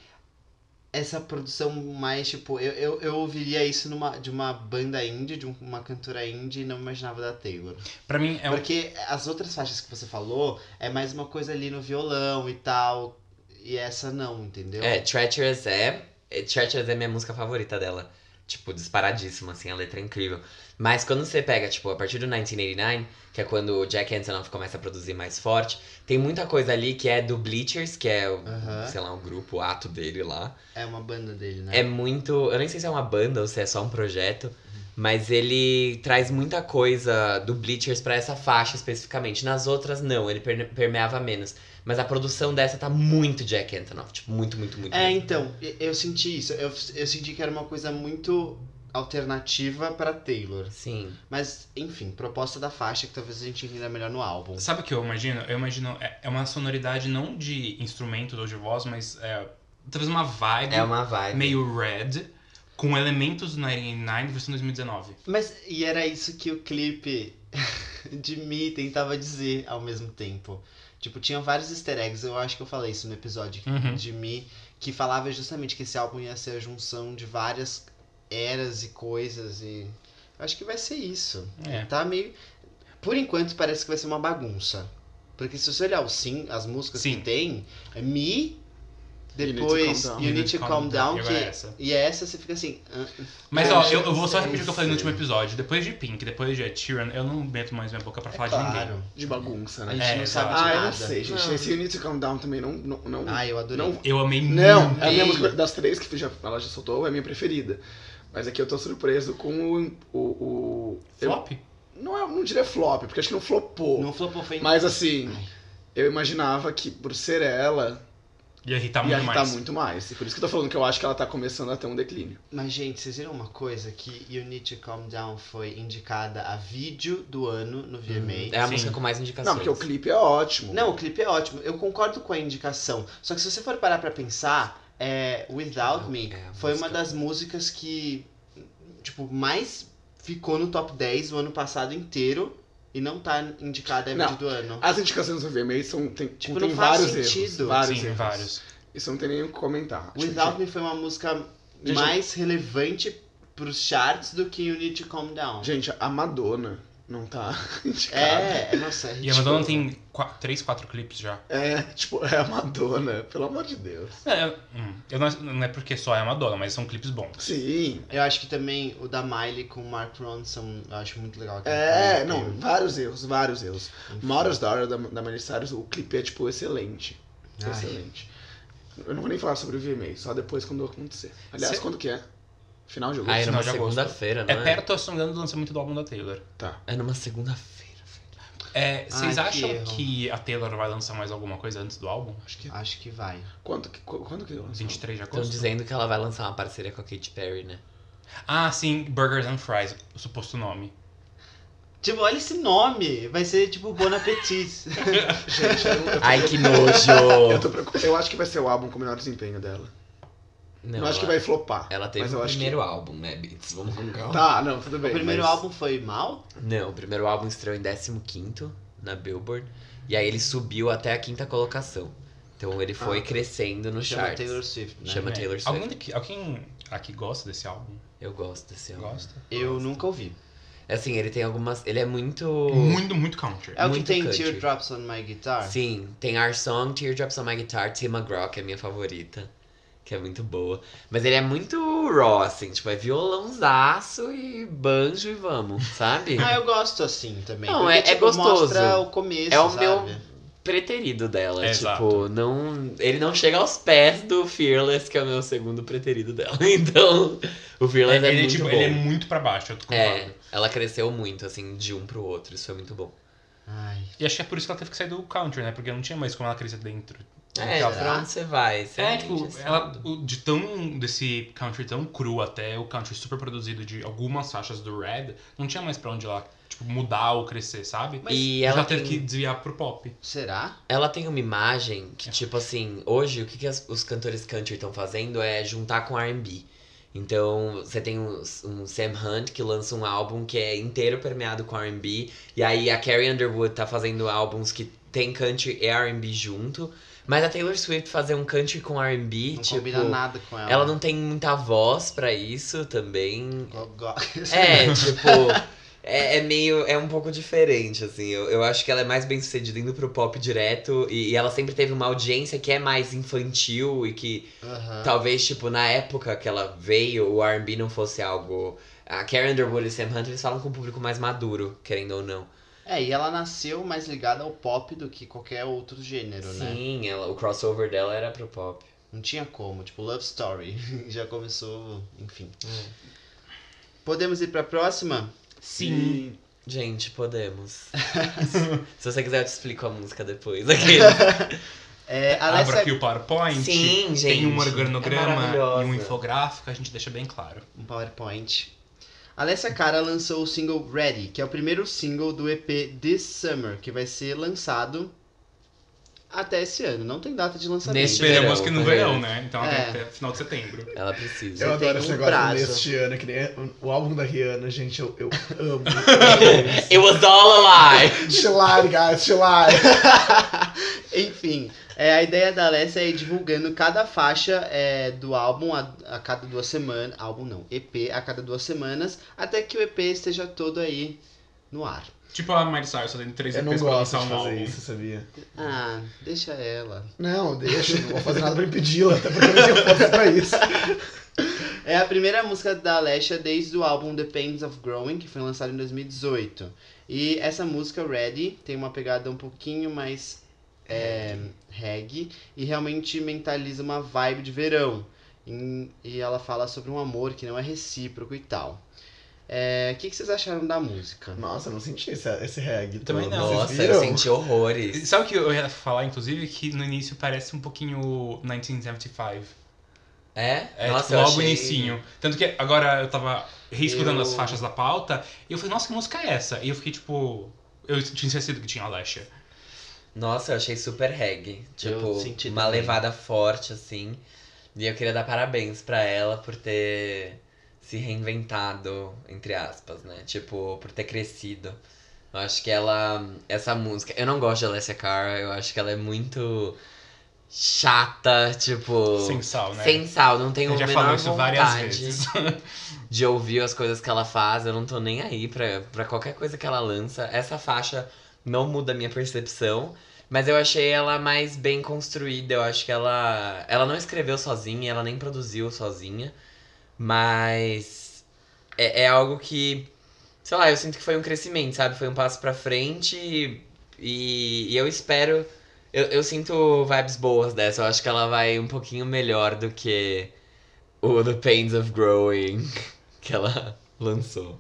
S3: Essa produção mais, tipo, eu, eu, eu ouviria isso numa, de uma banda indie, de um- uma cantora indie, e não imaginava da Taylor.
S1: Pra mim é um.
S3: Porque as outras faixas que você falou é mais uma coisa ali no violão e tal. E essa não, entendeu?
S2: É, Treacherous é. é, Treacherous é minha música favorita dela. Tipo, disparadíssima, assim, a letra é incrível. Mas quando você pega, tipo, a partir do 1989, que é quando o Jack Antonoff começa a produzir mais forte, tem muita coisa ali que é do Bleachers, que é, o-
S3: Aham.
S2: sei lá, o grupo, o ato dele lá.
S3: É uma banda dele, né?
S2: É muito. Eu nem sei se é uma banda ou se é só um projeto. Mas ele traz muita coisa do Bleachers pra essa faixa especificamente. Nas outras, não, ele perne- permeava menos. Mas a produção dessa tá muito Jack Antonoff. Tipo, muito, muito, muito.
S3: É,
S2: muito.
S3: então, e- eu senti isso. Eu, eu senti que era uma coisa muito alternativa pra Taylor.
S2: Sim.
S3: Mas, enfim, proposta da faixa que talvez a gente entenda melhor no álbum.
S1: Sabe o que eu imagino? Eu imagino. É é uma sonoridade não de instrumentos ou de voz, mas é, talvez uma vibe
S2: É uma vibe.
S1: meio red com elementos do 99 versão 2019.
S3: Mas, e era isso que o clipe de mim tentava dizer ao mesmo tempo. Tipo, tinha vários easter eggs, eu acho que eu falei isso no episódio
S1: Uhum.
S3: de mim, que falava justamente que esse álbum ia ser a junção de várias eras e coisas e. Eu acho que vai ser isso.
S1: É.
S3: Tá meio. Por enquanto parece que vai ser uma bagunça. Porque se você olhar o sim, as músicas
S1: Sim.
S3: que tem, é Me,
S4: Need to
S3: depois
S4: Calm Down.
S3: You Need to Calm Down,
S1: e
S3: que.
S1: agora é essa.
S3: E essa você fica assim. "Ah,
S1: Mas
S3: Eu
S1: ó,
S3: acho
S1: eu, eu vou só
S3: que é
S1: repetir o que eu
S3: sim.
S1: falei no último episódio. Depois de Pink, depois de Tyrion, eu não meto mais minha boca pra
S3: é
S1: falar de ninguém.
S3: claro.
S4: De bagunça,
S3: A
S4: né?
S3: gente
S1: É,
S3: não
S1: exato.
S3: sabe de
S4: Ah, eu
S3: nada.
S4: não sei, gente.
S3: Não.
S4: Esse You Need to Calm Down também não. não, não...
S3: Ah, eu adorei.
S4: Não.
S1: Eu amei
S4: Não,
S1: muito.
S4: é a minha
S3: Ei.
S4: música das três que já, ela já soltou, é a minha preferida. Mas aqui eu tô surpreso com o. o, o- eu-
S1: Flop?
S4: não, é- não diria flop, porque acho que não flopou.
S3: Não flopou, foi
S4: Mas assim,
S3: Ai.
S4: eu imaginava que por ser ela,
S1: Ia irritar
S4: ia
S1: Tá muito
S4: irritar
S1: mais.
S4: muito mais. E por isso que eu tô falando que eu acho que ela tá começando a ter um declínio.
S3: Mas, gente, vocês viram uma coisa? Que You Need to Calm Down foi indicada a vídeo do ano no VMA.
S2: É a
S1: Sim.
S2: música com mais
S4: Não,
S1: Tá
S2: indicações.
S4: porque o clipe é ótimo.
S3: Não, o clipe é ótimo. Eu concordo com a indicação. Só que se você for parar pra pensar, é, Without Me
S2: É, a
S3: foi uma
S2: música.
S3: das músicas que, tipo, mais ficou no top 10 o ano passado inteiro e não tá indicada a
S4: Não.
S3: vídeo do ano.
S4: As indicações do VMA são, tem,
S3: Tipo,
S4: tem
S3: não faz
S4: vários
S3: sentido.
S4: erros. Vários
S1: Sim,
S4: erros.
S1: vários.
S4: Isso não tem nem o que comentar. Acho
S3: Without Me foi uma música
S4: Gente,
S3: mais relevante pros charts do que You Need to Calm Down.
S4: que- Gente, a Madonna não tá indicada.
S3: É, é, nossa, é
S1: E a
S3: ridículo.
S1: Madonna tem 3, 4 clipes já.
S4: É, tipo, é a Madonna, pelo amor de Deus.
S1: É, hum, eu não, não é porque só é a Madonna, mas são clipes bons.
S4: Sim.
S3: Eu acho que também o da Miley com o Mark Ronson, eu acho muito legal. aquele
S4: É,
S3: clipe.
S4: não, vários erros, vários erros.
S3: Enfim.
S4: Mother's Daughter da, da Miley Cyrus, o clipe é, tipo, excelente.
S3: Ai.
S4: Excelente. Eu não vou nem falar sobre o VMA, só depois quando acontecer. Aliás,
S1: Cê-
S4: quando que é? Final de agosto?
S2: Ah, era uma
S1: Final de agosto.
S2: segunda-feira, não
S1: É
S2: é?
S1: perto, se não me engano, do lançamento do álbum da Taylor.
S4: Tá.
S2: É numa segunda-feira. velho.
S1: É, vocês
S3: Ai, Ah, que
S1: acham
S3: erro.
S1: que a Taylor vai lançar mais alguma coisa antes do álbum?
S4: Acho que...
S3: Acho que vai.
S4: Quanto que... qu- Quando que... é
S1: 23
S3: Então
S1: de
S2: Estão
S1: agosto?
S2: dizendo que ela vai lançar uma parceria com a Katy Perry, né?
S1: Ah, sim, Burgers and Fries, o suposto nome.
S3: Tipo, olha esse nome. Vai ser tipo Bon Appetit.
S4: Gente, eu, eu, tô-
S2: Ai, que
S4: eu
S2: nojo!
S4: tô preocupado. Eu acho que vai ser o álbum com o menor desempenho dela. Não, acho que
S2: ela-
S4: vai flopar.
S2: Ela teve
S4: mas eu
S2: o
S4: acho
S2: primeiro álbum, né, Beats? Vamos colocar.
S4: Que... Tá, não, tudo bem.
S3: o primeiro
S4: mas-
S3: álbum foi mal?
S2: Não, o primeiro álbum estreou em 15º na Billboard. E aí ele subiu até a quinta colocação. Então ele foi
S4: Ah, tá.
S2: crescendo no
S3: Chama
S2: charts.
S3: Taylor Swift, né?
S2: Chama
S1: É.
S2: Taylor Swift.
S1: Alguém daqui, alguém aqui gosta desse álbum?
S2: Eu gosto desse álbum.
S1: Gosta?
S3: Eu nunca ouvi.
S2: Assim, ele tem algumas. Ele é muito.
S4: Uhum.
S1: Muito, muito country.
S3: É o que
S2: Muito
S3: tem
S2: country.
S3: Teardrops on My Guitar?
S2: Sim, tem Our Song, Teardrops on My Guitar, Tim McGraw, que é minha favorita. Que é muito boa. Mas ele é muito raw, assim, tipo, é violãozaço e banjo e vamos, sabe?
S3: Ah, eu gosto assim também.
S2: Não,
S3: porque,
S2: é- é
S3: tipo,
S2: gostoso.
S3: mostra o começo,
S2: É o
S3: sabe?
S2: meu preterido dela.
S1: É,
S2: tipo,
S1: exato.
S2: não. Ele não chega aos pés do Fearless, que é o meu segundo preterido dela. Então, o Fearless é,
S1: ele, é,
S2: muito
S1: tipo,
S2: bom.
S1: ele é muito pra baixo, eu tô
S2: É,
S1: concordo.
S2: ela cresceu muito, assim, de um pro outro. Isso foi muito bom.
S3: Ai,
S1: E acho que é por isso que ela teve que sair do country, né? Porque não tinha mais como ela crescer dentro.
S2: É,
S1: Ela-
S2: pra onde você vai? Você
S1: É, tipo,
S2: engessado.
S1: ela, o- de tão, desse country tão cru até o country super produzido de algumas faixas do Red, não tinha mais pra onde ela, tipo, mudar ou crescer, sabe?
S3: Mas-
S2: E
S1: Mas ela,
S2: ela
S1: teve
S2: tem-
S1: que desviar pro pop.
S3: será?
S2: Ela tem uma imagem que, tipo assim, hoje o que, que as- os cantores country estão fazendo é juntar é com RB. Então, você tem um, um Sam Hunt que lança um álbum que é inteiro permeado com R&B. E aí a Carrie Underwood tá fazendo álbuns que tem country e R&B junto. Mas a Taylor Swift fazer um country com R&B,
S3: Não
S2: tipo...
S3: combina nada com ela.
S2: Ela não tem muita voz pra isso também.
S3: Go- go-
S2: É, tipo. É, é meio. É um pouco diferente, assim. Eu, eu acho que ela é mais bem sucedida indo pro pop direto. E, e ela sempre teve uma audiência que é mais infantil e que
S1: Ah.
S3: Aham.
S2: talvez, tipo, na época que ela veio, o RB não fosse algo. A Karen Underwood e Sam Hunter eles falam com um público mais maduro, querendo ou não.
S3: É, e ela nasceu mais ligada ao pop do que qualquer outro gênero, né?
S2: Sim, ela, o crossover dela era pro pop.
S3: Não tinha como, tipo, Love Story. Já começou, enfim. Podemos ir pra próxima?
S4: Sim.
S2: Gente, podemos. Se você quiser, eu te explico a música depois. Aqui.
S3: É,
S1: Abra
S3: Alexa.
S1: aqui o PowerPoint.
S2: Sim, gente,
S1: Tem um
S2: é
S1: organograma
S2: maravilhosa.
S1: e um infográfico, a gente deixa bem claro.
S3: Um PowerPoint. Alessia Cara lançou o single Ready, que é o primeiro single do EP This Summer, que vai ser lançado até esse ano. Não tem data de lançamento.
S2: Neste verão.
S1: Esperamos que no verão, né? Então
S3: É.
S1: até final de setembro.
S2: Ela precisa.
S3: Você
S4: Eu adoro
S3: tem
S4: esse
S3: um
S4: negócio
S3: prazo.
S4: neste ano, que nem é um, o álbum da Rihanna, gente, eu, eu amo.
S2: It was all a lie!
S4: te larga, te larga.
S3: Enfim, é, a ideia da Alessia é ir divulgando cada faixa é, do álbum a, a cada duas semanas. Álbum não, EP a cada duas semanas, até que o EP esteja todo aí no ar.
S1: Tipo a Miley Cyrus fazendo três
S4: Eu não
S1: EPs pra
S4: gosto
S1: lançar
S4: de
S1: um
S4: fazer
S1: álbum.
S4: isso, sabia?
S3: Ah, deixa ela.
S4: Não, deixa, não vou fazer nada pra impedi-la, até porque eu não tenho força pra isso.
S3: É a primeira música da Alessia desde o álbum The Pains of Growing, que foi lançado em 2018. E essa música, Ready, tem uma pegada um pouquinho mais é, reggae e realmente mentaliza uma vibe de verão. Em- E ela fala sobre um amor que não é recíproco e tal. É, O que, que vocês acharam da música?
S4: Nossa, eu não senti esse, esse reggae. todo.
S1: também não.
S4: Vocês
S2: Nossa,
S4: viram?
S2: eu senti horrores.
S1: Sabe o que eu ia falar, inclusive? Que no início parece um pouquinho 1975.
S2: É?
S1: É,
S2: Nossa,
S1: tipo,
S2: eu
S1: logo
S2: achei...
S1: inicinho. Tanto que agora eu tava reescutando
S3: Eu-
S1: as faixas da pauta e eu falei, nossa, que música é essa? E eu fiquei tipo. Eu tinha esquecido que tinha Alexia.
S2: Nossa, eu achei super reggae. Tipo,
S3: senti
S2: uma
S3: também.
S2: levada forte, assim. E eu queria dar parabéns pra ela por ter se reinventado, entre aspas, né? Tipo, por ter crescido. Eu acho que ela. Essa música. Eu não gosto de Alessia Cara, eu acho que ela é muito chata, tipo.
S1: Sem sal, né?
S2: Sem sal, não
S1: A
S2: tenho
S1: gente já
S2: a menor
S1: falou isso várias
S2: vontade
S1: vezes.
S2: de ouvir as coisas que ela faz. Eu não tô nem aí pra, pra qualquer coisa que ela lança. Essa faixa não muda a minha percepção. Mas eu achei ela mais bem construída. Eu acho que ela. Ela não escreveu sozinha, ela nem produziu sozinha. Mas. É, é algo que. Sei lá, eu sinto que foi um crescimento, sabe? Foi um passo pra frente. E, e eu espero. Eu, eu sinto vibes boas dessa. Eu acho que ela vai um pouquinho melhor do que o The Pains of Growing que ela lançou.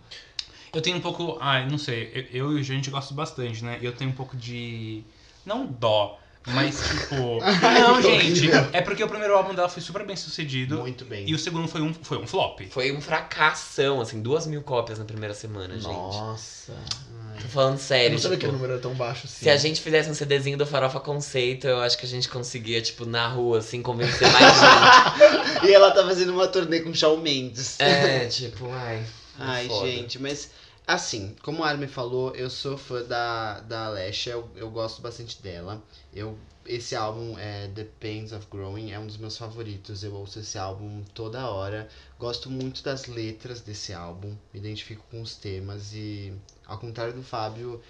S1: Eu tenho um pouco. Ah, não sei. eu- Eu e o gente gosto bastante, né? Eu tenho um pouco de. Não dó, mas tipo. não,
S4: que
S1: gente.
S4: horrível.
S1: É porque o primeiro álbum dela foi super bem sucedido.
S3: Muito bem.
S1: E o segundo foi um, foi um flop.
S2: Foi um fracassação, assim, duas mil cópias na primeira semana, gente.
S4: Nossa.
S2: Tô falando
S4: Eu
S2: sério,
S4: não sabia que o
S2: tipo,
S4: número era tão baixo assim.
S2: se a gente fizesse um CDzinho do Farofa Conceito, eu acho que a gente conseguia, tipo, na rua, assim, convencer mais gente.
S3: E ela tá fazendo uma turnê com Shawn Mendes.
S2: É, tipo, ai.
S3: Ai,
S2: foda.
S3: gente, mas assim, como a Armin falou, eu sou fã da, da Alessia, eu, eu gosto bastante dela. Eu, esse álbum, é, The Pains of Growing, é um dos meus favoritos. Eu ouço esse álbum toda hora. Gosto muito das letras desse álbum, me identifico com os temas e, ao contrário do Fábio,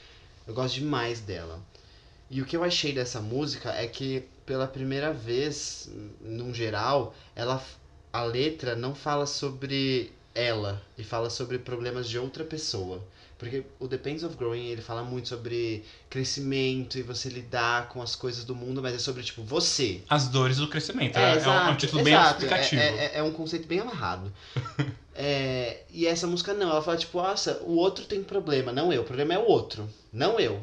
S3: eu gosto demais dela. E o que eu achei dessa música é que, pela primeira vez, n- num geral, ela, a letra não fala sobre ela e fala sobre problemas de outra pessoa. Porque o The Pains of Growing, ele fala muito sobre crescimento e você lidar com as coisas do mundo, mas é sobre, tipo, você.
S1: As dores do crescimento. É, é um- é um,
S3: É, exato,
S1: título
S3: exato.
S1: bem explicativo.
S3: É, é- é um conceito bem amarrado. É, e essa música não, ela fala tipo, nossa, o outro tem problema, não eu. O problema é o outro, não eu.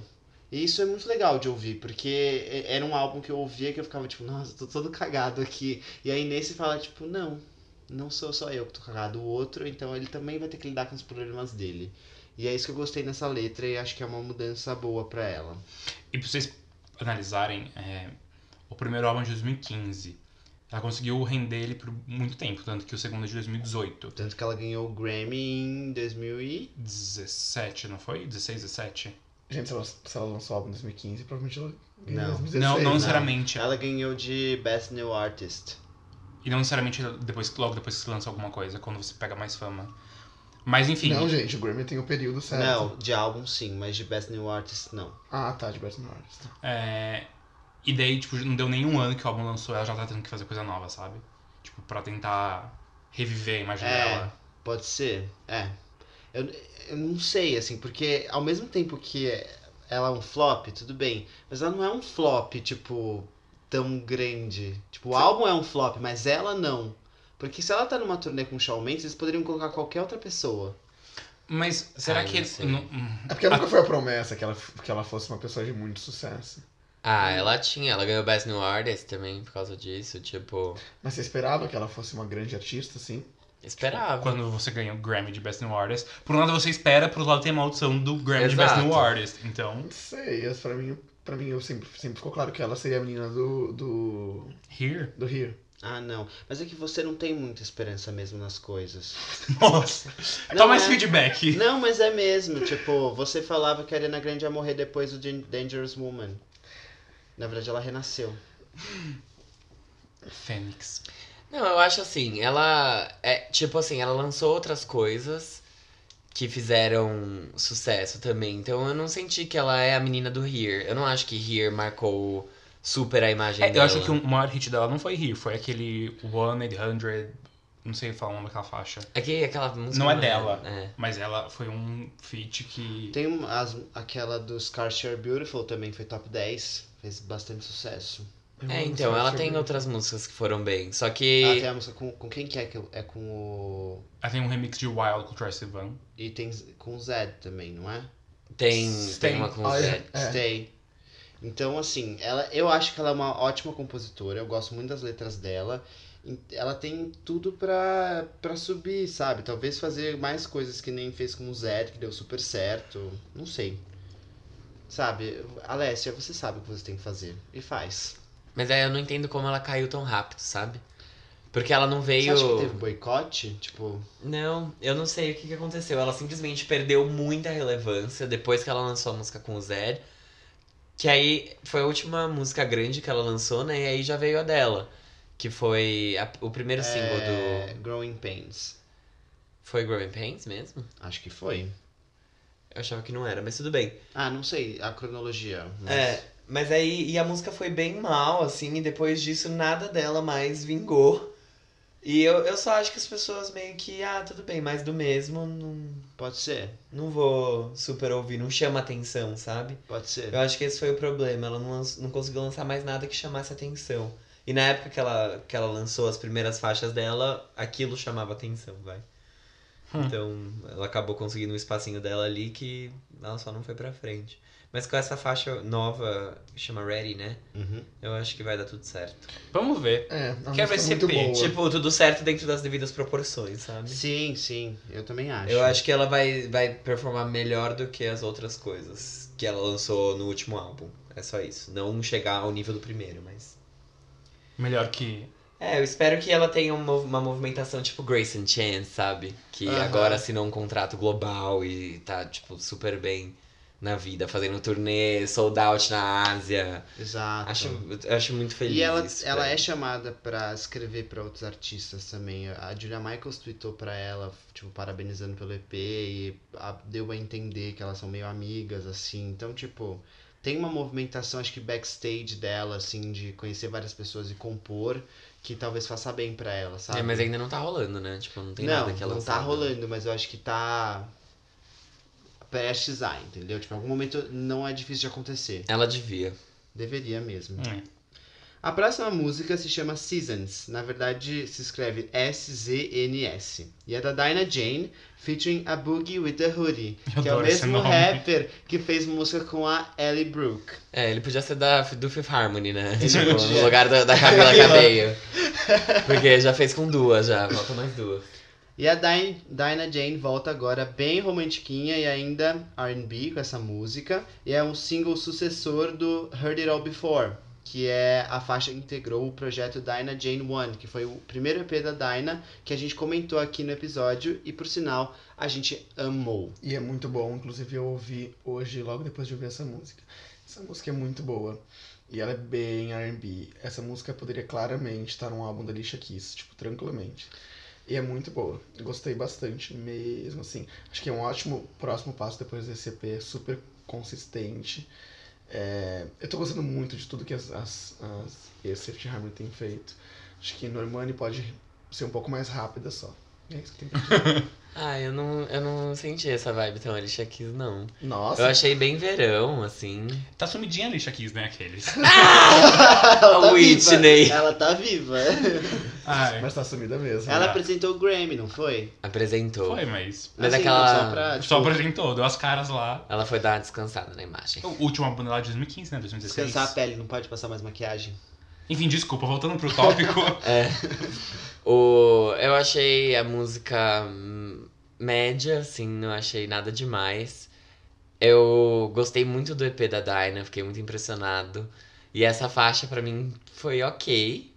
S3: E isso é muito legal de ouvir, porque é- era um álbum que eu ouvia que eu ficava tipo, nossa, tô todo cagado aqui. E aí nesse fala tipo, não, não sou só eu que tô cagado, o outro, então ele também vai ter que lidar com os problemas dele. E é isso que eu gostei nessa letra e acho que é uma mudança boa pra ela.
S1: é E pra vocês analisarem, é, o primeiro álbum de 2015 Ela conseguiu render ele por muito tempo, tanto que o segundo é de 2018.
S3: Tanto que ela ganhou o Grammy em 2000 e...
S1: 17, não foi? 16, 17?
S4: Gente, se ela, se ela lançou o álbum em 2015, provavelmente ela ganhou em
S3: Não.
S4: 2016.
S1: não, não
S4: né?
S1: necessariamente.
S3: Ela ganhou de Best New Artist.
S1: E não necessariamente depois, logo depois que você lança alguma coisa, quando você pega mais fama. Mas enfim,
S4: Não, gente, o Grammy tem o período certo.
S3: Não, de álbum sim, mas de Best New Artist não.
S4: Ah, tá, de Best Norris.
S1: é, e daí, tipo, não deu nenhum ano que o álbum lançou, ela já tá tendo que fazer coisa nova, sabe? Tipo, pra tentar reviver a imagem
S3: É.
S1: dela.
S3: Pode ser, é. Eu, eu não sei, assim, porque ao mesmo tempo que ela é um flop, tudo bem, mas ela não é um flop, tipo, tão grande. Tipo, o álbum é um flop, mas ela não. Porque se ela tá numa turnê com o Shawn Mendes, eles poderiam colocar qualquer outra pessoa.
S1: Mas será
S2: Ah,
S1: que.
S2: não sei.
S1: não- hum,
S4: É porque nunca foi a promessa que ela, que ela fosse uma pessoa de muito sucesso.
S2: Ah, ela tinha, ela ganhou Best New Artist também por causa disso, tipo,
S4: Mas você esperava que ela fosse uma grande artista, assim?
S2: esperava.
S1: Quando você ganha o Grammy de Best New Artist, por um lado você espera, por outro lado tem a maldição do Grammy de Best
S2: Exato.
S1: New Artist. Então,
S4: Não sei, eu- pra mim, pra mim eu sempre, sempre ficou claro que ela seria a menina do. do.
S1: here.
S4: do Rio.
S3: Ah, não. Mas é que você não tem muita esperança mesmo nas coisas.
S1: Nossa.
S3: Não,
S1: Toma esse
S3: é.
S1: feedback.
S3: Não, mas é mesmo. Tipo, você falava que a Ariana Grande ia morrer depois do Dan- Dangerous Woman. Na verdade, ela renasceu.
S1: Fênix.
S2: Não, eu acho assim, ela é tipo assim, ela lançou outras coisas que fizeram sucesso também. Então eu não senti que ela é a menina do Here. Eu não acho que Here marcou super a imagem
S1: É, eu
S2: dela.
S1: acho que o maior hit dela não foi Here, foi aquele 1-800, não sei falar o nome daquela faixa.
S2: É que aquela música
S1: Não é
S2: né?
S1: dela.
S2: É.
S1: Mas ela foi um feat que.
S3: Tem um- as, aquela do Scars Share Beautiful também foi top 10. Fez bastante sucesso.
S4: Eu
S2: É,
S4: não
S2: então,
S4: sei
S2: ela
S4: se eu
S2: tem
S4: vi.
S2: outras músicas que foram bem. Só
S3: Ela
S2: que
S3: tem a música com, com quem que é que é com o.
S1: Ela tem um remix de Wild com o Troye Sivan.
S3: E tem z- com o Zed também, não é?
S2: tem, tem
S1: Tem.
S2: uma com o
S4: Ah,
S2: Zé.
S4: é. É.
S3: Stay. Então, assim, ela, eu acho que ela é uma ótima compositora, eu gosto muito das letras dela. E Ela tem tudo pra, pra subir, sabe? Talvez fazer mais coisas que nem fez com o Zed, que deu super certo. Não sei. Sabe, Alessia, você sabe o que você tem que fazer. E faz.
S2: Mas aí eu não entendo como ela caiu tão rápido, sabe? Porque ela não
S3: Você
S2: veio.
S3: acha que teve boicote? Tipo,
S2: Não, eu não sei o que, que aconteceu. Ela simplesmente perdeu muita relevância depois que ela lançou a música com o Zed. Que aí foi a última música grande que ela lançou, né? E aí já veio a dela. Que foi a- o primeiro single
S3: é,
S2: do.
S3: Growing Pains.
S2: Foi Growing Pains mesmo?
S3: Acho que foi.
S2: Eu achava que não era, mas tudo bem.
S3: Ah, não sei a cronologia. mas-
S2: É, mas aí. E a música foi bem mal, assim, e depois disso nada dela mais vingou. E eu, eu só acho que as pessoas meio que, ah, tudo bem, mais do mesmo, não,
S3: Pode ser,
S2: não vou super ouvir, não chama atenção, sabe?
S3: pode ser.
S2: Eu acho que esse foi o problema. Ela não, lanç- não conseguiu lançar mais nada que chamasse atenção. E na época que ela, que ela lançou as primeiras faixas dela, aquilo chamava atenção, vai.
S1: Hum.
S2: Então, ela acabou conseguindo um espacinho dela ali que ela só não foi pra frente. Mas com essa faixa nova, que chama Ready, né?
S3: Uhum.
S2: Eu acho que vai dar tudo certo.
S1: Vamos ver.
S4: É, a
S1: Quer
S4: Quer
S1: ver
S4: ver
S1: se
S4: muito
S1: perde?
S4: boa.
S2: Tipo, tudo certo dentro das devidas proporções, sabe?
S3: Sim, sim, eu também acho.
S2: Eu acho que ela vai, vai performar melhor do que as outras coisas que ela lançou no último álbum. É só isso. Não chegar ao nível do primeiro, mas.
S1: Melhor que.
S2: É, eu espero que ela tenha uma, uma movimentação tipo Grayson Chance, sabe? Que
S3: Aham.
S2: agora assinou um contrato global e tá, tipo, super bem na vida, fazendo turnê, sold out na Ásia.
S3: Exato.
S2: Acho, eu acho muito feliz.
S3: E ela,
S2: isso pra
S3: ela é chamada pra escrever pra outros artistas também. A Julia Michaels tweetou pra ela, tipo, parabenizando pelo EP e a- deu a entender que elas são meio amigas, assim. Então, tipo, tem uma movimentação, acho que backstage dela, assim, de conhecer várias pessoas e compor, que talvez faça bem pra ela, sabe?
S2: É, mas ainda não tá rolando, né? Tipo, não tem
S3: não,
S2: nada que ela
S3: não tá rolando, mas eu acho que tá prestes a, entendeu? Tipo, em algum momento não é difícil de acontecer.
S2: Ela devia.
S3: Deveria mesmo.
S1: É.
S3: A próxima música se chama Seasons. Na verdade, se escreve S-Z-N-S. E é da Dinah Jane, featuring a Boogie with a Hoodie,
S1: Eu
S3: que é o
S1: adoro esse
S3: mesmo
S1: nome.
S3: rapper que fez música com a Ellie Brooke.
S2: É, ele podia ser da, do Fifth Harmony, né?
S3: Ele
S2: Tipo,
S3: podia.
S2: no lugar da, da Camila
S3: Camila.
S2: Cabello. Porque já fez com duas, já. Falta mais duas.
S3: E a Din- Dinah Jane volta agora bem romantiquinha e ainda R&B com essa música. E é um single sucessor do Heard It All Before, que é a faixa que integrou o projeto Dinah Jane One, que foi o primeiro EP da Dinah, que a gente comentou aqui no episódio, e por sinal, a gente amou.
S4: E é muito bom, inclusive eu ouvi hoje, logo depois de ouvir essa música. Essa música é muito boa. E ela é bem R&B. Essa música poderia claramente estar num álbum da Alicia Keys, tipo, tranquilamente. E é muito boa. Gostei bastante mesmo, assim. Acho que é um ótimo próximo passo depois desse EP, é super consistente. É, Eu tô gostando muito de tudo que as, as, as e a Safety Harmony tem feito. Acho que Normani pode ser um pouco mais rápida só. É isso que tem que dizer.
S2: Ah, eu não, eu não senti essa vibe tão Alicia Keys, não.
S4: Nossa,
S2: Eu achei bem verão, assim.
S1: Tá sumidinha a lixa Keys, né? Aqueles.
S3: ela tá
S2: Whitney.
S3: Viva. Ela tá viva.
S1: Ai,
S4: mas tá sumida mesmo.
S3: ela apresentou o Grammy, não foi?
S2: Apresentou.
S1: foi, mas.
S2: Mas
S3: Assim,
S2: aquela-
S3: Só
S4: Ah,
S3: pra, tipo,
S1: Só apresentou, deu as caras lá.
S2: Ela foi dar uma descansada na imagem.
S1: O último álbum dela é de 2015, né? 2016.
S3: descansar a pele, não pode passar mais maquiagem.
S1: Enfim, desculpa, voltando pro tópico.
S2: É. O, eu achei a música hum, média, assim, não achei nada demais. Eu gostei muito do EP da Dinah, fiquei muito impressionado. E essa faixa pra mim foi ok.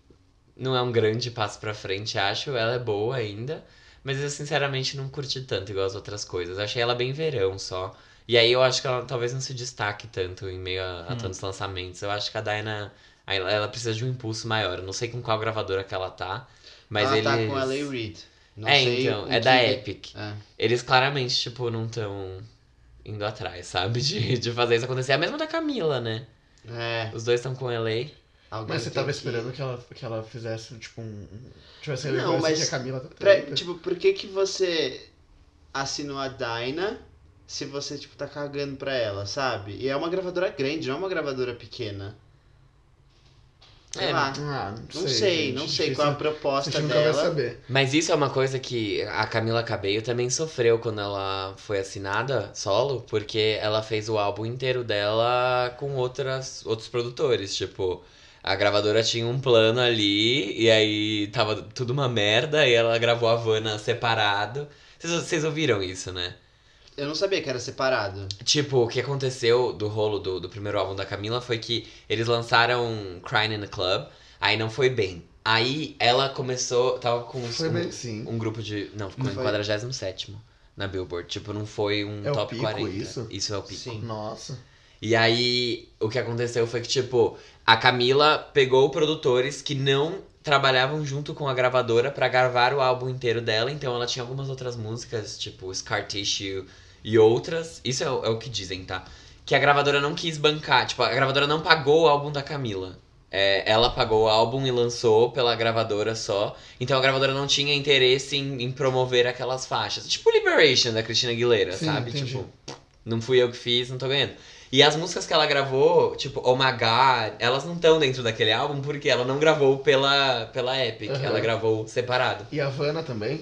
S2: Não é um grande passo pra frente, acho. Ela é boa ainda. Mas eu sinceramente não curti tanto igual as outras coisas. Achei ela bem verão só. E aí eu acho que ela talvez não se destaque tanto em meio a, a
S1: Hum.
S2: tantos lançamentos. Eu acho que a Dinah Aí Ela, ela precisa de um impulso maior. Eu não sei com qual gravadora que ela tá, mas
S3: ela
S2: eles...
S3: tá com a Lay Reid. Não
S2: é,
S3: sei
S2: então,
S3: o
S2: é
S3: que-
S2: da Epic.
S3: É.
S2: Eles claramente, tipo, não estão indo atrás, sabe? De, de fazer isso acontecer. É a mesma da Camila, né?
S3: É,
S2: Os dois estão com LA.
S3: alguém
S4: Mas você
S3: tem
S4: tava
S3: que-
S4: esperando que ela, que ela fizesse, tipo, um. um- Tivesse
S3: Não,
S4: relevância
S3: mas
S4: que a Camila tá
S3: Pra-
S4: tendo.
S3: tipo, por que que você assinou a Dyna se você, tipo, tá cagando pra ela, sabe? E é uma gravadora grande, não é uma gravadora pequena. Sei
S2: É,
S3: lá.
S4: Ah,
S3: Não sei, não sei qual é a
S4: A gente
S3: proposta
S4: nunca vai
S3: dela.
S4: saber.
S2: Mas isso é uma coisa que a Camila Cabello também sofreu quando ela foi assinada solo, porque ela fez o álbum inteiro dela com outras, outros produtores. Tipo, a gravadora tinha um plano ali, e aí tava tudo uma merda, e ela gravou a Havana separado. Vocês, vocês ouviram isso, né?
S3: Eu não sabia que era separado.
S2: Tipo, o que aconteceu do rolo do, do primeiro álbum da Camila foi que eles lançaram Crying in the Club, aí não foi bem. Aí ela começou, tava com uns-
S4: Foi
S2: um-
S4: bem, sim.
S2: um grupo de. Não, ficou
S3: Não
S2: em
S3: foi.
S2: 47 na Billboard. Tipo, não foi um
S4: É o
S2: top
S4: pico,
S2: 40.
S4: isso?
S2: é o pico.
S3: Sim.
S4: Nossa.
S2: E aí, o que aconteceu foi que, tipo, a Camila pegou produtores que não trabalhavam junto com a gravadora pra gravar o álbum inteiro dela. Então ela tinha algumas outras músicas, tipo Scar Tissue e outras. Isso é, o- é o que dizem, tá? Que a gravadora não quis bancar. Tipo, a gravadora não pagou o álbum da Camila. É, ela pagou o álbum e lançou pela gravadora só. Então a gravadora não tinha interesse em, em promover aquelas faixas. Tipo Liberation da Cristina Aguilera,
S4: Sim,
S2: sabe?
S4: entendi.
S2: Tipo, não fui eu que fiz, não tô ganhando. E as músicas que ela gravou, tipo Oh My God, elas não estão dentro daquele álbum porque ela não gravou pela, pela Epic,
S4: Aham.
S2: ela gravou separado.
S4: E a Havana também.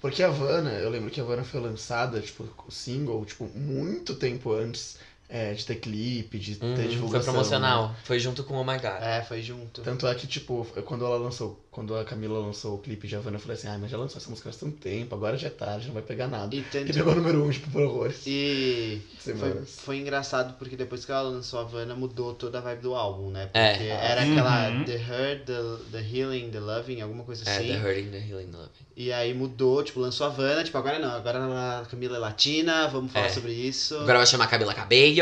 S4: Porque a Havana, eu lembro que a Havana foi lançada, tipo, single, tipo, muito tempo antes é, de ter clipe, de
S2: Uhum,
S4: ter
S2: foi
S4: divulgação. né?
S2: promocional, foi junto com Oh My God.
S3: É, foi junto.
S4: Tanto é que, tipo, quando ela lançou, quando a Camila lançou o clipe de Havana, eu falei assim, ah, mas já lançou essa música há tanto tempo, agora já é tarde, não vai pegar nada.
S3: E
S4: E
S3: tanto...
S4: pegou o número 1, um, tipo, por horrores.
S3: E foi,
S4: Semanas.
S3: foi engraçado porque depois que ela lançou a Havana mudou toda a vibe do álbum, né? Porque
S2: É.
S3: era
S1: Uhum.
S3: aquela The Hurt, the, the Healing, The Loving, alguma coisa
S2: É,
S3: assim.
S2: The Hurting, The Healing Love.
S3: E aí mudou, tipo, lançou a Havana, tipo, agora não, agora a Camila é latina, vamos falar
S2: É.
S3: sobre isso.
S2: Agora vai chamar Cabela Cabello.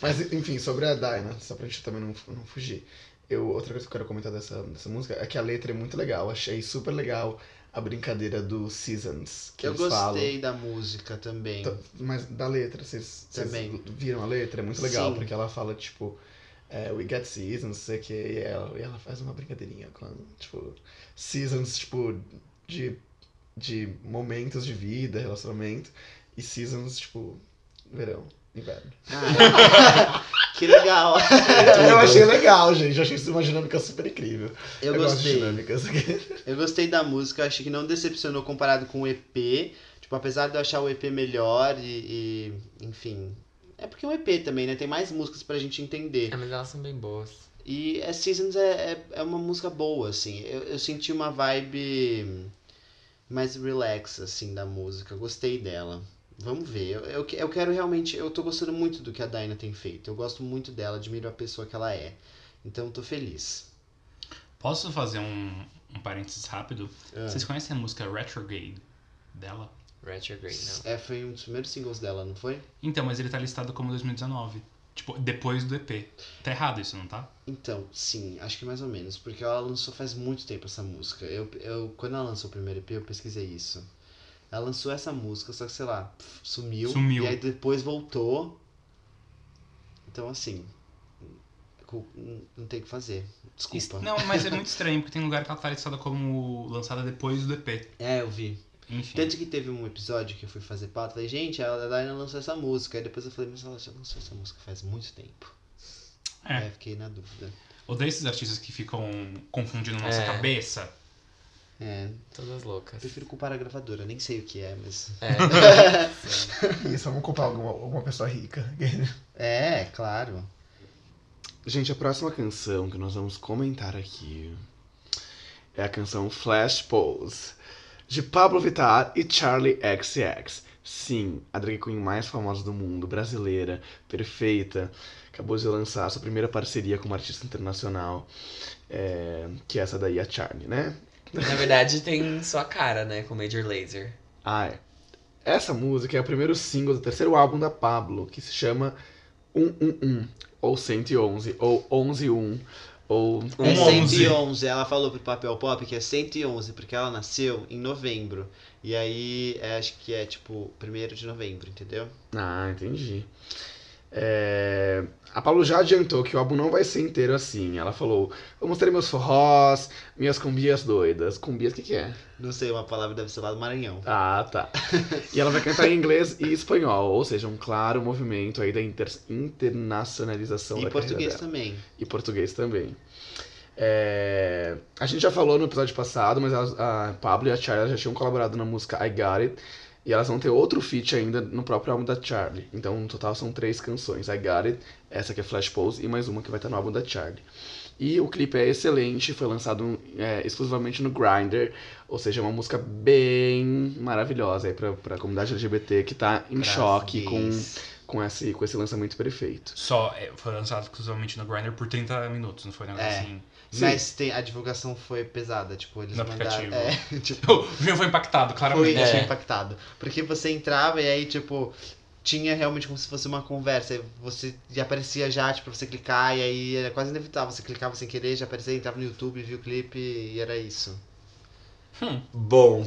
S4: Mas enfim, sobre a Dinah, só pra gente também não, não fugir. Eu, outra coisa que eu quero comentar dessa, dessa música é que a letra é muito legal. Achei super legal a brincadeira do Seasons que
S3: eu
S4: eles falam.
S3: gostei da música também.
S4: Tá, Mas da letra, vocês vocês
S3: Também.
S4: viram a letra? É muito legal,
S3: Sim.
S4: porque ela fala, tipo, é, we got seasons, não sei o que, e ela, e ela faz uma brincadeirinha com, tipo, seasons, tipo, de, de momentos de vida, relacionamento, e seasons, tipo, verão, inverno.
S3: Ah, que legal.
S4: Eu achei legal, gente. Eu achei isso uma dinâmica super incrível.
S3: Eu
S4: gosto
S3: gostei.
S4: de dinâmicas.
S3: Eu gostei da música, achei que não decepcionou comparado com o EP. Tipo, apesar de eu achar o EP melhor e, e, enfim. É porque é um EP também, né? Tem mais músicas pra gente entender.
S2: É, mas elas são bem boas.
S3: E é, Seasons é, é, é uma música boa, assim. Eu, eu senti uma vibe mais relax, assim, da música. Gostei dela. Vamos ver. Eu, eu, que- eu quero realmente. Eu tô gostando muito do que a Dinah tem feito. Eu gosto muito dela, admiro a pessoa que ela é. Então tô feliz.
S1: Posso fazer um, um parênteses rápido?
S4: É.
S3: Ah.
S1: Vocês conhecem a música Retrograde dela?
S2: Retrograde, não.
S3: É, foi um dos primeiros singles dela, não foi?
S1: Então, mas ele tá listado como 2019. Tipo, depois do EP. Tá errado isso, não tá?
S3: Então, sim, acho que mais ou menos, porque ela lançou faz muito tempo essa música. Eu, eu, quando ela lançou o primeiro EP, eu pesquisei isso. Ela lançou essa música, só que sei lá, pf, sumiu.
S1: Sumiu.
S3: E aí depois voltou. Então, assim, cu- n- não tem o que fazer. Desculpa.
S1: Não, mas é muito estranho, porque tem lugar que ela tá listada como lançada depois do EP.
S3: É, eu vi.
S1: Enfim.
S3: Tanto que teve um episódio que eu fui fazer pato, falei, gente, a Diana lançou essa música. Aí depois eu falei, mas ela já lançou essa música faz muito tempo.
S1: É.
S3: Aí eu fiquei na dúvida.
S1: Odeio esses artistas que ficam confundindo nossa
S2: É.
S1: cabeça.
S3: É,
S2: Todas loucas.
S3: prefiro culpar a gravadora, nem sei o que é, mas.
S2: É. Sim.
S7: Isso, vamos comprar alguma, alguma pessoa rica.
S3: É, claro.
S4: Gente, a próxima canção que nós vamos comentar aqui é a canção Flash Pose, de Pablo Vittar e Charlie XCX. Sim, a drag queen mais famosa do mundo, brasileira, perfeita, acabou de lançar sua primeira parceria com uma artista internacional, é, que é essa daí, a Charlie, né?
S2: Na verdade, tem sua cara, né? Com Major Laser.
S4: Ah, é. Essa música é o primeiro single do terceiro álbum da Pablo, que se chama 111, ou 111, ou 111, ou...
S2: Um
S3: É
S1: onze.
S3: 111, ela falou pro Papel Pop que é 111, porque ela nasceu em novembro. E aí, é, acho que é tipo 1 de novembro, entendeu?
S4: Ah, entendi. É, A Paulo já adiantou que o álbum não vai ser inteiro assim. Ela falou: vamos ter meus forrós, minhas cumbias doidas. Cumbias, o que, que é?
S3: Não sei, uma palavra deve ser lá do Maranhão.
S4: Ah, tá. E ela vai cantar em inglês e espanhol, ou seja, um claro movimento aí da inter- internacionalização
S3: E
S4: da carreira
S3: português
S4: dela.
S3: também.
S4: E português também. É, A gente já falou no episódio passado, mas elas- a Pablo e a Charlie já tinham colaborado na música I Got It. E elas vão ter outro feat ainda no próprio álbum da Charlie. Então, no total, são três canções. I Got It, essa que é Flash Pose, e mais uma que vai estar no álbum da Charlie. E o clipe é excelente, foi lançado é, exclusivamente no Grindr. Ou seja, é uma música bem maravilhosa aí pra, pra comunidade LGBT que tá em
S3: Graças
S4: choque
S3: a
S4: com,
S3: Deus.
S4: com, esse, com esse lançamento perfeito.
S1: Só é, foi lançado exclusivamente no Grindr por 30 minutos, não foi um negócio
S3: É.
S1: assim.
S3: Mas tem, a divulgação foi pesada, tipo, eles
S1: No
S3: mandaram.
S1: aplicativo.
S3: É, tipo,
S1: O Jean foi impactado,
S3: foi
S1: claramente.
S2: É.
S3: impactado. Porque você entrava e aí, tipo, tinha realmente como se fosse uma conversa. aí Você já aparecia já, tipo, pra você clicar, e aí era quase inevitável. Você clicava sem querer, já aparecia, entrava no YouTube, via o clipe e era isso.
S2: Bom.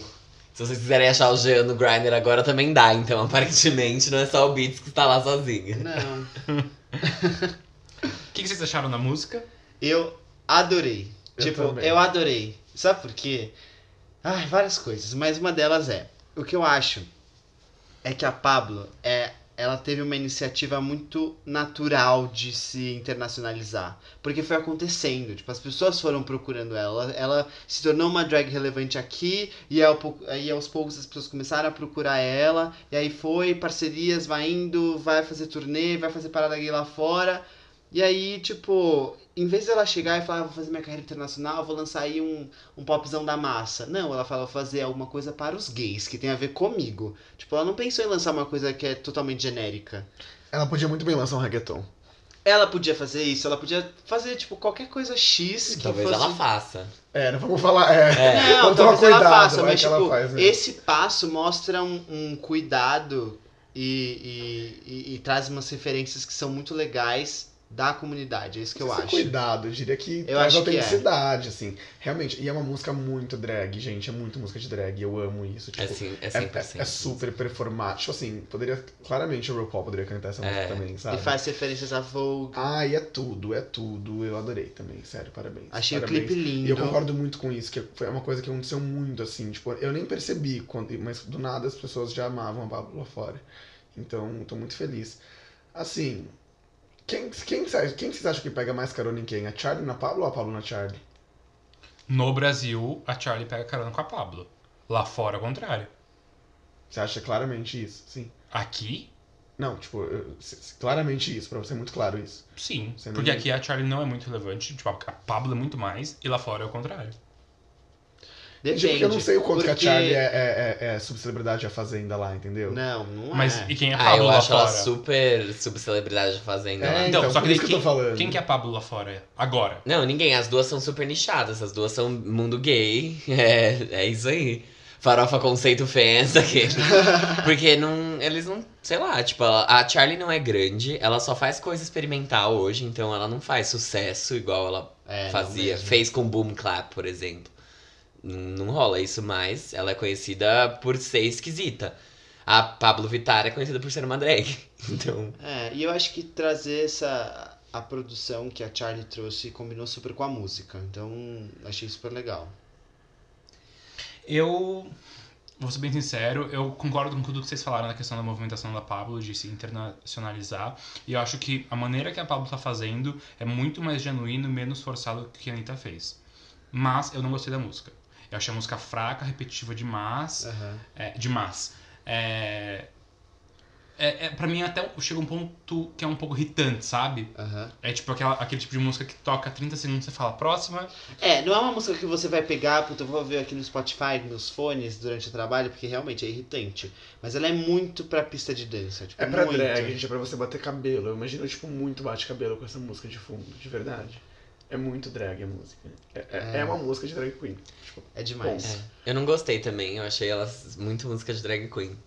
S2: Se vocês quiserem achar o Jean no Grindr agora, também dá. Então, aparentemente, não é só o Beats que tá lá sozinha.
S3: Não.
S1: O que, que vocês acharam da música?
S3: Eu adorei.
S7: Eu
S3: tipo,
S7: também.
S3: eu adorei. Sabe por quê? Ai, várias coisas, mas uma delas é, o que eu acho é que a Pablo é ela teve uma iniciativa muito natural de se internacionalizar, porque foi acontecendo, tipo, as pessoas foram procurando ela, ela se tornou uma drag relevante aqui, e ao pou- aí aos poucos as pessoas começaram a procurar ela, e aí foi, parcerias, vai indo, vai fazer turnê, vai fazer parada gay lá fora, e aí, tipo, em vez dela chegar e falar, ah, vou fazer minha carreira internacional, vou lançar aí um, um popzão da massa. Não, ela fala, vou fazer alguma coisa para os gays, que tem a ver comigo. Tipo, ela não pensou em lançar uma coisa que é totalmente genérica.
S7: Ela podia muito bem lançar um reggaeton.
S3: Ela podia fazer isso, ela podia fazer, tipo, qualquer coisa X que
S2: Talvez
S3: fosse...
S2: ela faça.
S7: É, não vamos falar. É.
S2: É.
S7: Então toma
S3: Não, talvez ela
S7: cuidado,
S3: faça,
S7: vai
S3: mas
S7: que ela
S3: tipo,
S7: faz, né?
S3: esse passo mostra um, um cuidado e, e, e- e traz umas referências que são muito legais da comunidade, é isso que eu
S7: Esse
S3: acho.
S7: Cuidado, eu diria que
S3: Eu
S7: traz
S3: acho que é.
S7: autenticidade, assim. Realmente, e é uma música muito drag, gente. É muito música de drag, eu amo isso. Tipo,
S2: É, sim, é
S7: é,
S2: 100%.
S7: é- é super performático. Assim, poderia. Claramente o RuPaul poderia cantar essa música
S2: É.
S7: também,
S3: E
S7: sabe?
S3: faz referências a Vogue.
S7: Ah, e é tudo, é tudo. Eu adorei também, sério, parabéns.
S3: Achei
S7: parabéns.
S3: o clipe lindo.
S7: E eu
S1: Então-
S7: concordo muito com isso, que foi uma coisa que aconteceu muito, assim, tipo, eu nem percebi, quando, mas do nada as pessoas já amavam a Pablo lá fora. Então, tô muito feliz. Assim, quem, quem, que vocês- quem que vocês acham que pega mais carona em quem? A Charlie na Pablo ou a Pablo na Charlie?
S1: No Brasil, a Charlie pega carona com a Pablo. Lá fora, ao contrário.
S7: Você acha claramente isso? Sim.
S1: Aqui,
S7: Não, tipo, eu- se- se- claramente isso, pra você é muito claro isso.
S1: sim.
S7: Você
S1: porque
S7: não-
S1: aqui a Charlie não é muito relevante. Tipo, a Pablo é muito mais. E lá fora é o contrário.
S3: Depende.
S7: Eu não sei o quanto que a
S3: porque-
S7: Charlie é, é, é, é subcelebridade da Fazenda lá, entendeu?
S1: Né?
S3: Não, não é.
S1: Mas e quem é
S2: Ah,
S1: Pablo
S2: eu
S1: lá
S2: acho ela
S1: fora?
S2: super subcelebridade fazendo
S7: É,
S2: lá.
S1: Então,
S7: Então,
S1: só
S7: por
S1: que, daí
S7: isso que eu tô
S1: quem,
S7: falando.
S1: quem que é Pablo lá fora? Agora.
S2: Não, ninguém. As duas são super nichadas. As duas são mundo gay. É, é isso aí. Farofa conceito fans aqui. Porque não, eles não. Sei lá, tipo, ela- a Charlie não é grande. Ela só faz coisa experimental hoje. Então ela não faz sucesso igual ela
S3: É, não
S2: fazia.
S3: mesmo.
S2: Fez com Boom Clap, por exemplo. Não, não rola isso mais. Ela é conhecida por ser esquisita. A Pablo Vittar é conhecida por ser uma drag. Então.
S3: É, e eu acho que trazer essa a produção que a Charlie trouxe combinou super com a música. Então, achei super legal.
S1: Eu. Vou ser bem sincero, eu concordo com tudo que vocês falaram na questão da movimentação da Pablo, de se internacionalizar. E eu acho que a maneira que a Pablo tá fazendo é muito mais genuíno, menos forçado que o que a Anitta fez. Mas eu não gostei da música. Eu achei a música fraca, repetitiva demais.
S3: Aham.
S1: É, demais. É, é, é, pra mim até chega um ponto que é um pouco irritante, sabe?
S3: aham.
S1: É tipo aquela, aquele tipo de música que toca 30 segundos e você fala, próxima.
S3: É, não é uma música que você vai pegar, puta, eu vou ver aqui no Spotify, nos fones, durante o trabalho, porque realmente é irritante. Mas ela é muito pra pista de dança. Tipo,
S4: É pra
S3: muito.
S4: drag, gente, é pra você bater cabelo. Eu imagino, tipo, muito bate-cabelo com essa música de fundo, de verdade. É muito drag a música. É, é- é uma música de drag queen. Tipo,
S3: É demais.
S2: Eu não gostei também, eu achei ela muito música de drag queen.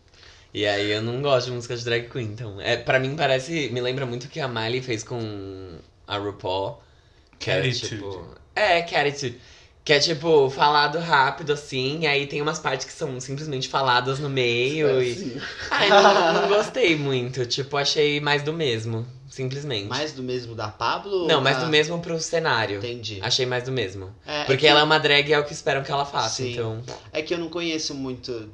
S2: E aí eu não gosto de música de drag queen, então. É, pra mim parece. Me lembra muito o que a Miley fez com a RuPaul. Que é
S1: Catitude.
S2: tipo. É, Catitude. Que é tipo, falado rápido assim, e aí tem umas partes que são simplesmente faladas no meio. E...
S4: assim,
S2: Ai, Ah, não, não gostei muito. Tipo, achei mais do mesmo, simplesmente.
S3: Mais do mesmo da Pablo?
S2: é. Não,
S3: ou
S2: mais
S3: da-
S2: do mesmo pro cenário.
S3: Entendi.
S2: Achei mais do mesmo.
S3: É,
S2: Porque
S3: é que-
S2: ela é uma drag e é o que esperam que ela faça,
S3: Sim.
S2: então.
S3: É que eu não conheço muito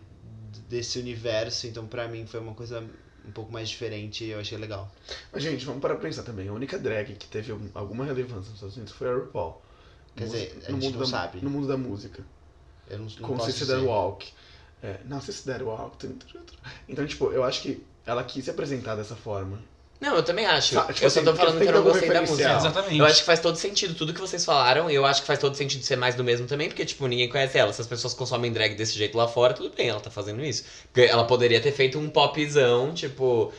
S3: desse universo, então pra mim foi uma coisa um pouco mais diferente e eu achei legal.
S4: Mas, gente, vamos para pensar também. A única drag que teve algum- alguma relevância nos Estados Unidos foi a RuPaul.
S3: Quer
S4: Mus-
S3: dizer, a
S4: no
S3: gente
S4: mundo
S3: não
S4: da,
S3: sabe.
S4: No mundo da música.
S3: Eu não, não
S4: com
S3: posso
S4: Sister
S3: dizer.
S4: Walk. É, não, Sister Walk. tum, tum, tum, tum. Então, tipo, eu acho que ela quis se apresentar dessa forma.
S2: Não, eu também acho.
S4: Sa- tipo
S2: eu só
S4: assim,
S2: tô
S4: porque
S2: falando
S4: tem
S2: que eu não
S4: algum
S2: gostei da
S4: referencial.
S2: música.
S4: Não.
S1: Exatamente.
S2: Eu acho que faz todo sentido tudo que vocês falaram. E eu acho que faz todo sentido ser mais do mesmo também, porque, tipo, ninguém conhece ela. Se as pessoas consomem drag desse jeito lá fora, tudo bem, ela tá fazendo isso. Porque ela poderia ter feito um popzão, tipo.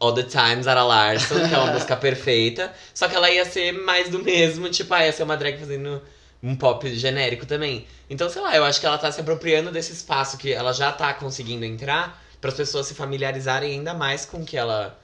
S2: All the Times, Zara Larson, que é uma música perfeita. Só que ela ia ser mais do mesmo, tipo, ah, ia ser uma drag fazendo um pop genérico também. Então, sei lá, eu acho que ela tá se apropriando desse espaço que ela já tá conseguindo entrar para as pessoas se familiarizarem ainda mais com que ela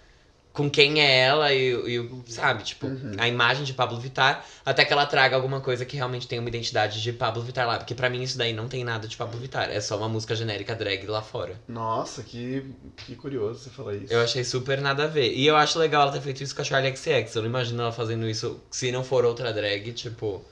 S2: com quem é ela e, e o- sabe, tipo, a imagem de Pablo Vittar, até que ela traga alguma coisa que realmente tenha uma identidade de Pablo Vittar lá, porque pra mim isso daí não tem nada de Pablo Vittar, é só uma música genérica drag lá fora.
S4: Nossa, que, que curioso você falar isso.
S2: Eu achei super nada a ver. E eu acho legal ela ter feito isso com a Charlie XX. Eu não imagino ela fazendo isso se não for outra drag, tipo.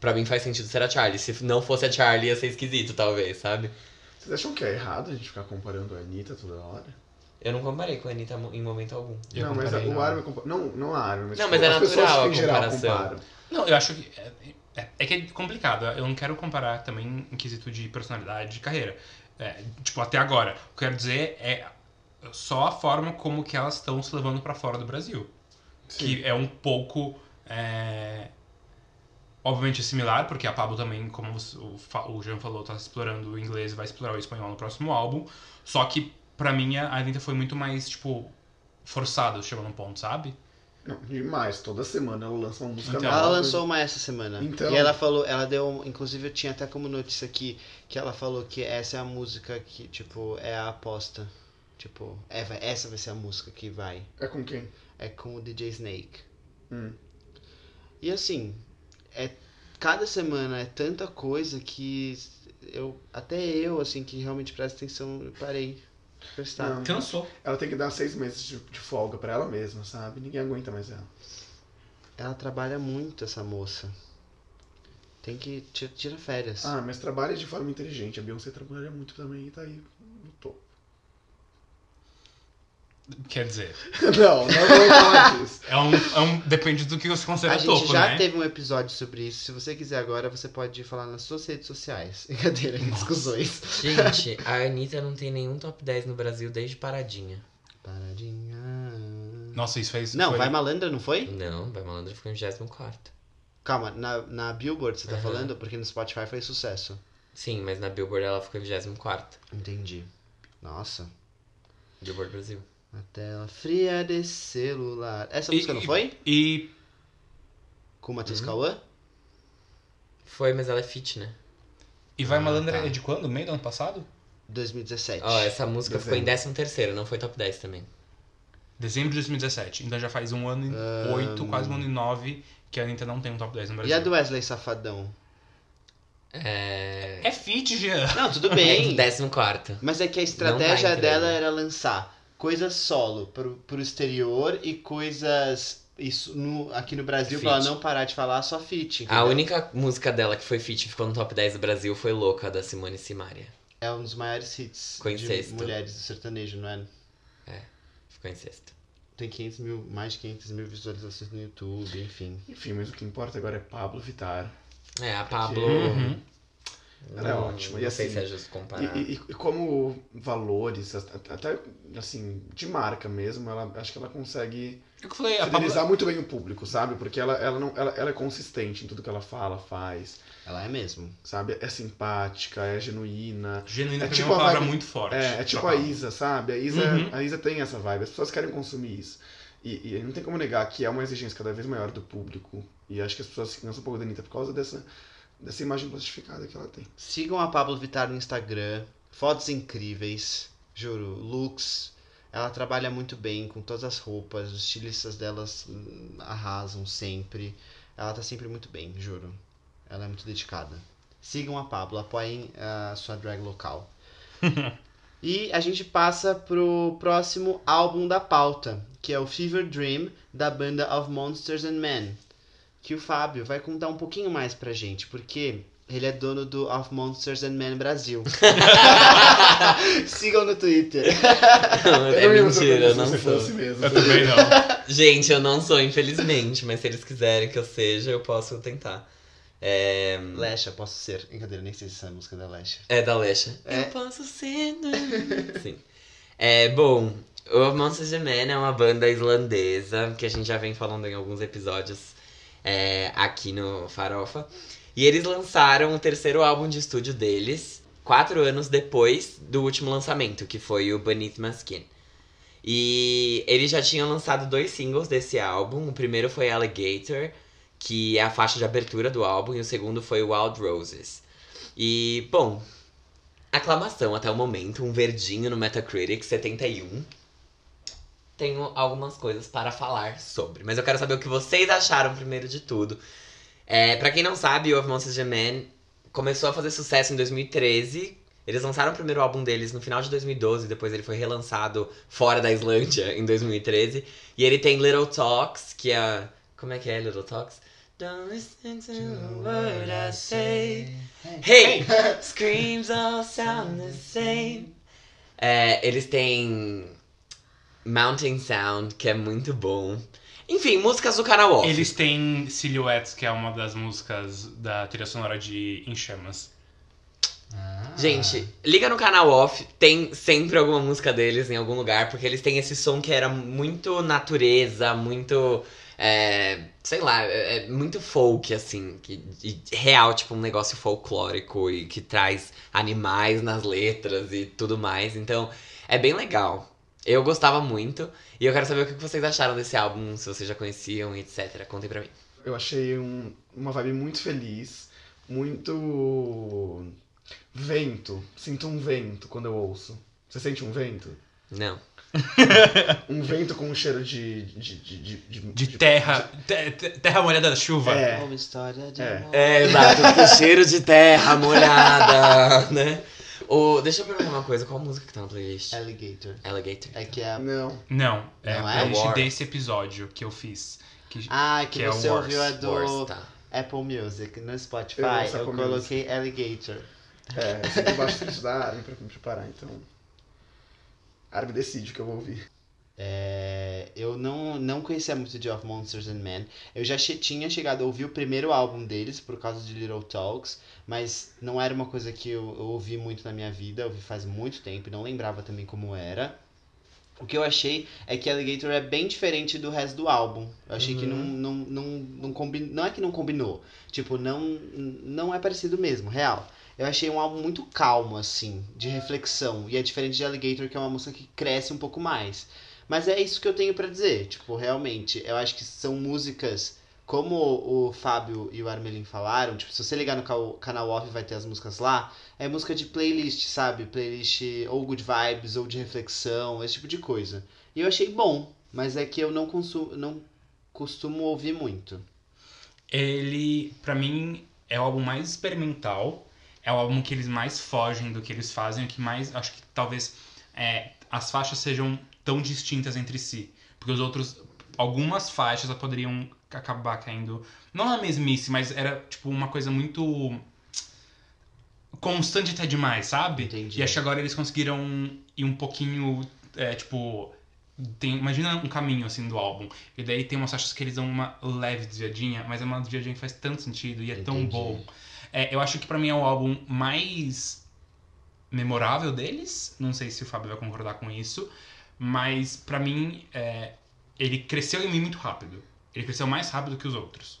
S2: Pra mim faz sentido ser a Charlie. Se não fosse a Charlie, ia ser esquisito, talvez, sabe?
S4: Vocês acham que é errado a gente ficar comparando a Anitta toda hora?
S2: Eu não comparei com a Anitta mo- em momento algum.
S1: Eu
S4: não, mas a-
S1: comparei,
S4: o
S1: não.
S4: Armin compa... Não, não a Armin, mas,
S2: Não,
S4: tipo,
S2: mas é
S4: as pessoas
S2: natural
S4: em
S2: a
S4: geral
S2: comparação.
S4: comparam.
S1: Não, eu acho que. É, é- é que é complicado. Eu não quero comparar também em quesito de personalidade e carreira. É, tipo, até agora. O que eu quero dizer é só a forma como que elas estão se levando pra fora do Brasil. Que é um pouco. é, obviamente é similar, porque a Pablo também, como o Fa- o Jean falou, tá explorando o inglês e vai explorar o espanhol no próximo álbum. Só que, pra mim, a Anitta foi muito mais, tipo, forçada, chegou num ponto, sabe?
S4: Não, demais. Toda semana ela lança uma música
S1: Então,
S4: nova.
S3: Ela lançou uma essa semana.
S4: Então.
S3: E ela falou, ela deu. um, Inclusive eu tinha até como notícia aqui que ela falou que essa é a música que, tipo, é a aposta. Tipo, é, vai- essa vai ser a música que vai.
S4: É com quem?
S3: É com o DJ Snake.
S4: Hum.
S3: E assim, é cada semana é tanta coisa que eu até eu assim que realmente presto atenção eu parei de prestar.
S4: Não.
S1: Cansou.
S4: Ela tem que dar seis meses de, de folga pra ela mesma, sabe? Ninguém aguenta mais ela.
S3: Ela trabalha muito essa moça. Tem que tira, tira férias.
S4: Ah, mas trabalha de forma inteligente. A Beyoncé trabalha muito também e tá aí no topo.
S1: Quer dizer.
S4: não, não vou falar disso.
S1: É um, é um- depende do que você considera
S3: A gente
S1: topo,
S3: já
S1: né?
S3: teve um episódio sobre isso. Se você quiser agora, você pode falar nas suas redes sociais. Brincadeira, discussões.
S2: Gente, a Anitta não tem nenhum top 10 no Brasil desde paradinha.
S3: Paradinha.
S1: Nossa, isso fez.
S3: Não,
S1: foi-
S3: vai malandra, não foi?
S2: Não, Vai Malandro ficou em 24.
S3: Calma, na, na Billboard você tá
S2: Aham.
S3: falando? Porque no Spotify foi sucesso.
S2: Sim, mas na Billboard ela ficou em 24
S3: Entendi. Nossa.
S2: Billboard Brasil.
S3: A tela fria de celular. Essa
S1: E-
S3: música não foi?
S1: E
S3: Com o Matheus Cauã?
S2: Foi, mas ela é fit, né?
S1: E Vai
S3: Ah,
S1: Malandra
S3: tá.
S1: é de quando? Meio do ano passado?
S3: 2017.
S2: Ó, Ah, essa música ficou em 13 terceiro, não foi top 10 também.
S1: Dezembro de 2017. Então já faz um ano e oito, quase um ano e nove, que a Anitta não tem um top 10 no
S3: E
S1: Brasil.
S3: a do Wesley Safadão?
S2: É...
S1: É fit, Jean.
S3: Não, tudo
S2: Bem...
S3: bem.
S2: 14
S3: Mas é que a
S2: É Não
S3: estratégia
S2: tá
S3: dela
S2: entrando.
S3: era lançar coisas solo pro, pro exterior e coisas isso no, aqui no Brasil pra ela
S2: Feat.
S3: não parar de falar só feat.
S2: A
S3: entendeu?
S2: única música dela que foi fit e ficou no top 10 do Brasil foi Louca, da Simone Simaria.
S3: É um dos maiores hits
S2: Ficou em
S3: de
S2: sexto.
S3: mulheres do sertanejo, não é?
S2: Ficou em sexto.
S3: Tem 500 mil, mais de 500 mil visualizações no YouTube, enfim.
S4: Enfim, mas o que importa agora é Pablo Vittar.
S2: É, a Pablo...
S1: Uhum.
S2: Não,
S4: Ela é ótima, e
S2: Não sei
S4: assim,
S2: se é justo
S4: E,
S2: comparar.
S4: e- e como valores, at- até assim, de marca mesmo, ela, acho que ela consegue
S1: É o que eu falei, a
S4: fidelizar
S1: Pabllo-
S4: muito bem o público, sabe? Porque ela, ela, não, ela, ela é consistente em tudo que ela fala, faz,
S3: Ela é mesmo.
S4: sabe? É simpática, é genuína.
S1: Genuína
S4: É
S1: pra mim é
S4: tipo
S1: uma
S4: a
S1: palavra
S4: vibe-
S1: muito forte.
S4: É, é
S1: pra
S4: tipo a
S1: Pabllo.
S4: Isa, sabe? A Isa,
S1: Uhum.
S4: a Isa tem essa vibe, as pessoas querem consumir isso. E, e não tem como negar que é uma exigência cada vez maior do público. E acho que as pessoas se cansam um pouco da Anitta por causa dessa, dessa imagem plastificada que ela tem.
S3: Sigam a Pablo Vittar no Instagram. Fotos incríveis. Juro, looks. Ela trabalha muito bem com todas as roupas. Os estilistas delas hum, arrasam sempre. Ela tá sempre muito bem, juro. Ela é muito dedicada. Sigam a Pablo, apoiem a sua drag local. e a gente passa pro próximo álbum da pauta, que é o Fever Dream, da banda of Monsters and Men. Que o Fábio vai contar um pouquinho mais pra gente, porque ele é dono do Of Monsters and Men Brasil. Sigam no Twitter.
S2: é
S4: Eu ia
S2: mentira, eu
S4: se
S2: não
S4: você
S2: sou.
S4: fosse mesmo.
S1: Eu também não.
S2: Gente, eu não sou, infelizmente, mas se eles quiserem que eu seja, eu posso tentar. É,
S3: Lecha, posso ser. Brincadeira, nem sei se essa é a música da Lecha.
S2: é da Alexa.
S3: É.
S2: Eu posso ser. né? Sim. É, bom, o Monsters and Men é uma banda islandesa que a gente já vem falando em alguns episódios é, aqui no Farofa. E eles lançaram o terceiro álbum de estúdio deles, quatro anos depois do último lançamento, que foi o Beneath My Skin. E eles já tinham lançado dois singles desse álbum. O primeiro foi Alligator, que é a faixa de abertura do álbum, e o segundo foi Wild Roses. E, bom, aclamação até o momento, um verdinho no Metacritic, 71. Tenho algumas coisas para falar sobre, mas eu quero saber o que vocês acharam primeiro de tudo. É, para quem não sabe, o Of Monsters and Men começou a fazer sucesso em 2013. Eles lançaram o primeiro álbum deles no final de 2012, depois ele foi relançado fora da Islândia em 2013. E ele tem Little Talks, que é. Como é que é Little Talks? Don't listen to a word I say. Hey! Screams all sound the same. É, eles têm Mountain Sound, que é muito bom. Enfim, músicas do canal off.
S1: Eles têm Silhouettes, que é uma das músicas da trilha sonora de Em Chamas.
S2: Ah. Gente, liga no canal off, tem sempre alguma música deles em algum lugar, porque eles têm esse som que era muito natureza, muito. é, sei lá, é, é muito folk, assim, que, de- real, tipo um negócio folclórico e que traz animais nas letras e tudo mais. Então, é bem legal. Eu gostava muito e eu quero saber o que vocês acharam desse álbum, se vocês já conheciam, etc. Contem pra mim.
S4: Eu achei um- uma vibe muito feliz, muito vento. Sinto um vento quando eu ouço. Você sente um vento?
S2: Não.
S4: Um vento com um cheiro de. de, de, de, de-
S1: De
S4: Tipo, de-
S1: terra. te- te- terra molhada da chuva.
S4: É.
S3: Uma história de
S4: É.
S3: amor.
S2: É, exato. cheiro de terra molhada, né? O, deixa eu perguntar uma coisa. Qual música que tá na playlist?
S1: É
S3: Alligator.
S2: Alligator.
S3: É que é.
S4: Ah, Não.
S1: Não, é
S3: Não
S1: a
S3: é?
S1: playlist
S2: War.
S1: desse episódio que eu fiz. Que-
S3: Ah, que,
S1: Que é
S3: você
S1: o
S3: ouviu a
S1: Wars,
S3: do
S2: Wars, tá.
S3: Apple Music. No Spotify
S4: Eu
S3: eu,
S4: ouço Apple
S3: coloquei Alligator.
S4: É, eu sempre baixo triste da árvore pra me preparar, então. A árvore decide o que eu vou ouvir.
S3: É, eu não, não conhecia muito de Of Monsters and Men. Eu já che- tinha chegado a ouvir o primeiro álbum deles por causa de Little Talks, mas não era uma coisa que eu, eu ouvi muito na minha vida, eu ouvi faz muito tempo e não lembrava também como era. O que eu achei é que Alligator é bem diferente do resto do álbum. Eu achei que não, não, não, não combinou. Não é que não combinou. Tipo, não, não é parecido mesmo, real. Eu achei um álbum muito calmo, assim, de reflexão. E é diferente de Alligator, que é uma música que cresce um pouco mais. Mas é isso que eu tenho pra dizer. Tipo, realmente, eu acho que são músicas. Como o Fábio e o Armelin falaram, tipo, se você ligar no ca- canal off vai ter as músicas lá, é música de playlist, sabe? Playlist ou good vibes, ou de reflexão, esse tipo de coisa. E eu achei bom, mas é que eu não consumo, não costumo ouvir muito.
S1: Ele, pra mim, é o álbum mais experimental. É o álbum que eles mais fogem do que eles fazem, o que mais. Acho que talvez é, as faixas sejam tão distintas entre si. Porque os outros. Algumas faixas elas poderiam acabar caindo. Não na mesmice, mas era tipo uma coisa muito. Constante até demais, sabe?
S3: Entendi.
S1: E acho que agora eles conseguiram ir um pouquinho. é, tipo. tem- imagina um caminho assim do álbum. E daí tem umas faixas que eles dão uma leve desviadinha, mas é uma desviadinha que faz tanto sentido e é tão
S3: Entendi.
S1: bom. É, eu acho que pra mim é o álbum mais memorável deles. Não sei se o Fábio vai concordar com isso, mas pra mim é, ele cresceu em mim muito rápido. Ele cresceu mais rápido que os outros.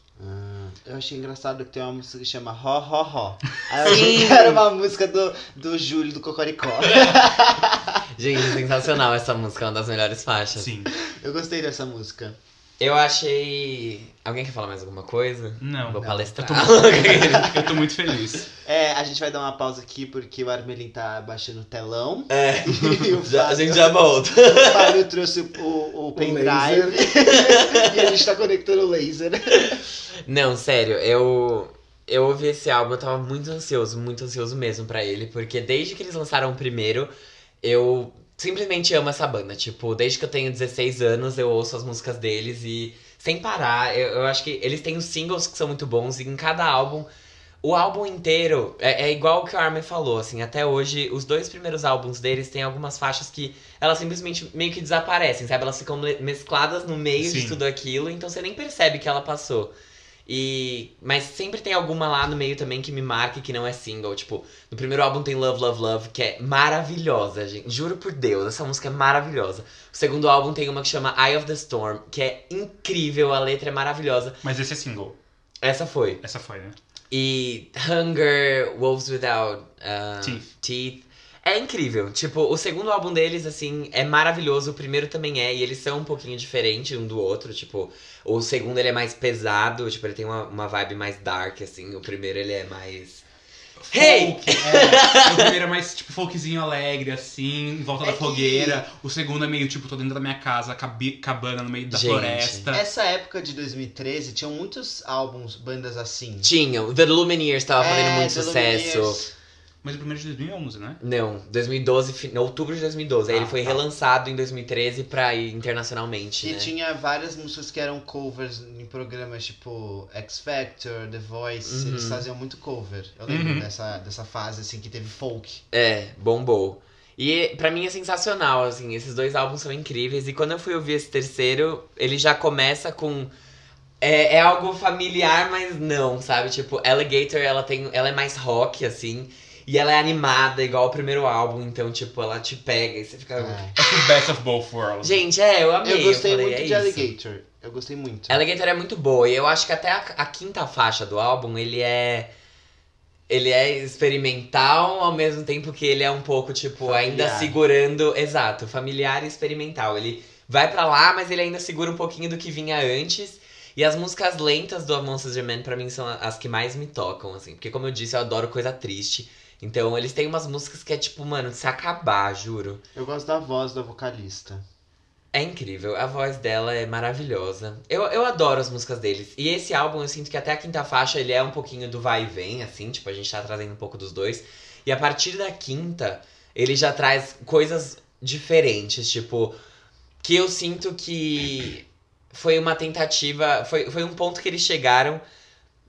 S3: Eu achei engraçado que tem uma música que chama Ró, Ró, Ró. Aí eu
S2: Sim.
S3: achei que era uma música do, do Júlio do Cocoricó.
S2: Gente, sensacional essa música, é uma das melhores faixas.
S1: Sim.
S3: Eu gostei dessa música.
S2: Eu achei. Alguém quer falar mais alguma coisa?
S1: Não.
S2: Vou palestrar.
S1: Eu tô muito- eu tô muito feliz.
S3: É, a gente vai dar uma pausa aqui porque o Armelin tá baixando o telão.
S2: É.
S3: E o
S2: Já- a
S3: Fábio-
S2: gente já volta.
S3: O Fábio trouxe o, o, pendrive. e a gente tá conectando o laser.
S2: Não, sério, eu. Eu ouvi esse álbum, eu tava muito ansioso, muito ansioso mesmo pra ele, porque desde que eles lançaram o primeiro, eu simplesmente amo essa banda. Tipo, desde que eu tenho 16 anos, eu ouço as músicas deles e sem parar. Eu, eu acho que eles têm os singles que são muito bons e em cada álbum. O álbum inteiro é, é igual o que o Armin falou, assim, até hoje, os dois primeiros álbuns deles têm algumas faixas que elas simplesmente meio que desaparecem, sabe? Elas ficam le- mescladas no meio de
S1: Sim.
S2: tudo aquilo, então você nem percebe que ela passou. E. Mas sempre tem alguma lá no meio também que me marca e que não é single. Tipo, no primeiro álbum tem Love, Love, Love, que é maravilhosa, gente. Juro por Deus, essa música é maravilhosa. O segundo álbum tem uma que chama Eye of the Storm, que é incrível, a letra é maravilhosa.
S1: Mas esse é single.
S2: Essa foi.
S1: Essa foi, né?
S2: E Hunger, Wolves Without uh,
S1: Teeth.
S2: É incrível. Tipo, o segundo álbum deles, assim, é maravilhoso. O primeiro também é. E eles são um pouquinho diferentes um do outro. Tipo, o segundo ele é mais pesado. Tipo, ele tem uma, uma vibe mais dark, assim. O primeiro ele é mais. Hey!
S1: Folk, é. O primeiro é mais tipo folkzinho alegre, assim, em volta
S2: É
S1: da
S2: que-
S1: fogueira. O segundo é meio tipo, tô dentro da minha casa, cabi- cabana no meio da
S2: Gente. É.
S1: floresta.
S3: Essa época de 2013 tinham muitos álbuns, bandas assim.
S2: Tinham. The Lumineers tava fazendo
S3: É,
S2: muito
S3: The
S2: sucesso.
S3: Lumineers.
S1: Mas o primeiro é de 2011, né?
S2: Não, 2012, fi- outubro de 2012. Aí
S1: Ah,
S2: ele foi
S1: tá.
S2: relançado em 2013 pra ir internacionalmente.
S3: E
S2: né?
S3: tinha várias músicas que eram covers em programas tipo X Factor, The Voice,
S2: Uhum.
S3: eles faziam muito cover. Eu lembro
S1: Uhum.
S3: dessa, dessa fase assim que teve folk.
S2: É, bombou. E pra mim é sensacional, assim, esses dois álbuns são incríveis. E quando eu fui ouvir esse terceiro, ele já começa com. É, é algo familiar, mas não, sabe? Tipo, Alligator, ela tem. Ela é mais rock, assim. E ela é animada, igual o primeiro álbum. Então, tipo, ela te pega e você fica.
S3: É.
S1: É o best of both worlds.
S2: Gente, é, eu amei.
S3: Eu gostei
S2: falei,
S3: muito
S2: é
S3: de
S2: isso.
S3: Alligator. Eu gostei muito.
S2: Alligator é muito boa e eu acho que até a, a quinta faixa do álbum ele é ele é experimental ao mesmo tempo que ele é um pouco tipo ainda
S3: Familiar.
S2: segurando, exato, familiar e experimental. Ele vai pra lá, mas ele ainda segura um pouquinho do que vinha antes. E as músicas lentas do Monsters Man pra mim são a- as que mais me tocam assim, porque como eu disse, eu adoro coisa triste. Então eles têm umas músicas que é tipo, mano, de se acabar, juro.
S3: Eu gosto da voz da vocalista.
S2: É incrível, a voz dela é maravilhosa. Eu, eu adoro as músicas deles. E esse álbum, eu sinto que até a quinta faixa ele é um pouquinho do vai e vem, assim, tipo, a gente tá trazendo um pouco dos dois. E a partir da quinta, ele já traz coisas diferentes, tipo, que eu sinto que foi uma tentativa, foi, foi um ponto que eles chegaram.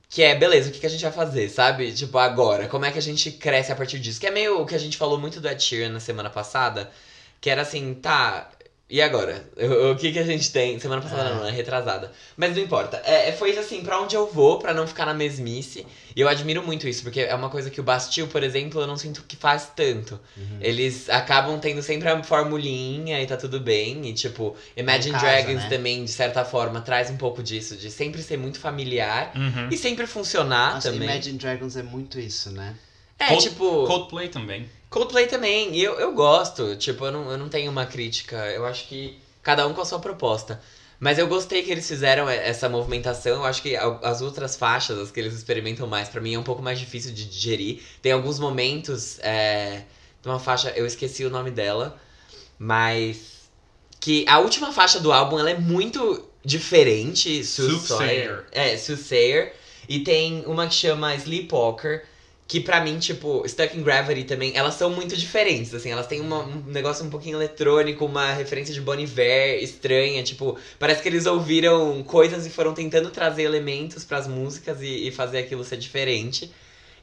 S2: Que é, beleza, o que, que a gente vai fazer, sabe? Tipo, agora, como é que a gente cresce a partir disso? Que é meio o que a gente falou muito do Ed Sheeran na semana passada, que era assim, tá, e agora? O, o que, que a gente tem? Semana passada
S3: Ah.
S2: não, é retrasada. Mas não importa. É, é- foi assim, pra onde eu vou, pra não ficar na mesmice. E eu admiro muito isso, porque é uma coisa que o Bastille, por exemplo, eu não sinto que faz tanto.
S3: Hum.
S1: Uhum.
S2: Eles acabam tendo sempre a formulinha e tá tudo bem. E tipo, Imagine
S3: Em casa,
S2: Dragons
S3: né?
S2: também, de certa forma, traz um pouco disso, de sempre ser muito familiar.
S1: Uhum.
S2: E sempre funcionar
S3: Nossa,
S2: tá também.
S3: Imagine Dragons é muito isso, né?
S2: É,
S1: Cold-
S2: tipo.
S1: Coldplay também.
S2: Coldplay também, e eu, eu gosto, tipo, eu não, eu não tenho uma crítica, eu acho que cada um com a sua proposta. Mas eu gostei que eles fizeram e- essa movimentação, eu acho que a- as outras faixas, as que eles experimentam mais, pra mim é um pouco mais difícil de digerir. Tem alguns momentos é, de uma faixa, eu esqueci o nome dela, mas que a última faixa do álbum, ela é muito diferente, Soothsayer.
S1: Soothsayer.
S2: É, Soothsayer. E tem uma que chama Sleepwalker, que pra mim, tipo, Stuck in Gravity também, elas são muito diferentes, assim, elas têm uma- um negócio um pouquinho eletrônico, uma referência de Bon Iver estranha, tipo, parece que eles ouviram coisas e foram tentando trazer elementos pras músicas e, e fazer aquilo ser diferente.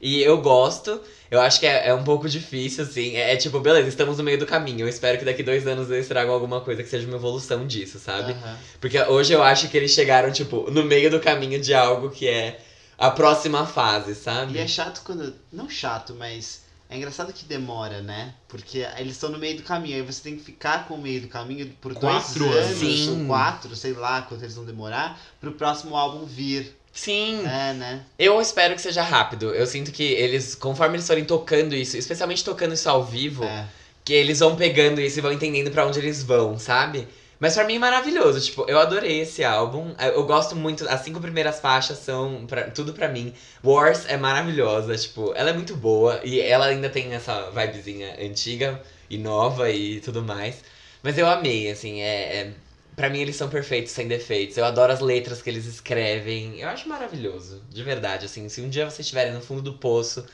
S2: E eu gosto, eu acho que é, é um pouco difícil, assim, é, é tipo, beleza, estamos no meio do caminho, eu espero que daqui dois anos eu estrago alguma coisa que seja uma evolução disso, sabe?
S3: Aham.
S2: Porque hoje eu acho que eles chegaram, tipo, no meio do caminho de algo que é a próxima fase, sabe?
S3: E é chato quando. Não chato, mas. É engraçado que demora, né? Porque eles estão no meio do caminho, aí você tem que ficar com o meio do caminho por
S1: Quatro
S3: dois
S1: anos.
S3: anos, ou
S2: Sim.
S3: quatro, sei lá quanto eles vão demorar, pro próximo álbum vir.
S2: Sim,
S3: É, né?
S2: Eu espero que seja rápido. Eu sinto que eles, conforme eles forem tocando isso, especialmente tocando isso ao vivo,
S3: É.
S2: que eles vão pegando isso e vão entendendo pra onde eles vão, sabe? Mas pra mim é maravilhoso, tipo, eu adorei esse álbum. Eu- Eu gosto muito, as cinco primeiras faixas são pra- tudo pra mim. Wars é maravilhosa, tipo, ela é muito boa e ela ainda tem essa vibezinha antiga e nova e tudo mais. Mas eu amei, assim, é, é para mim eles são perfeitos sem defeitos. Eu adoro as letras que eles escrevem. Eu acho maravilhoso, de verdade, assim, se um dia vocês estiverem no fundo do poço,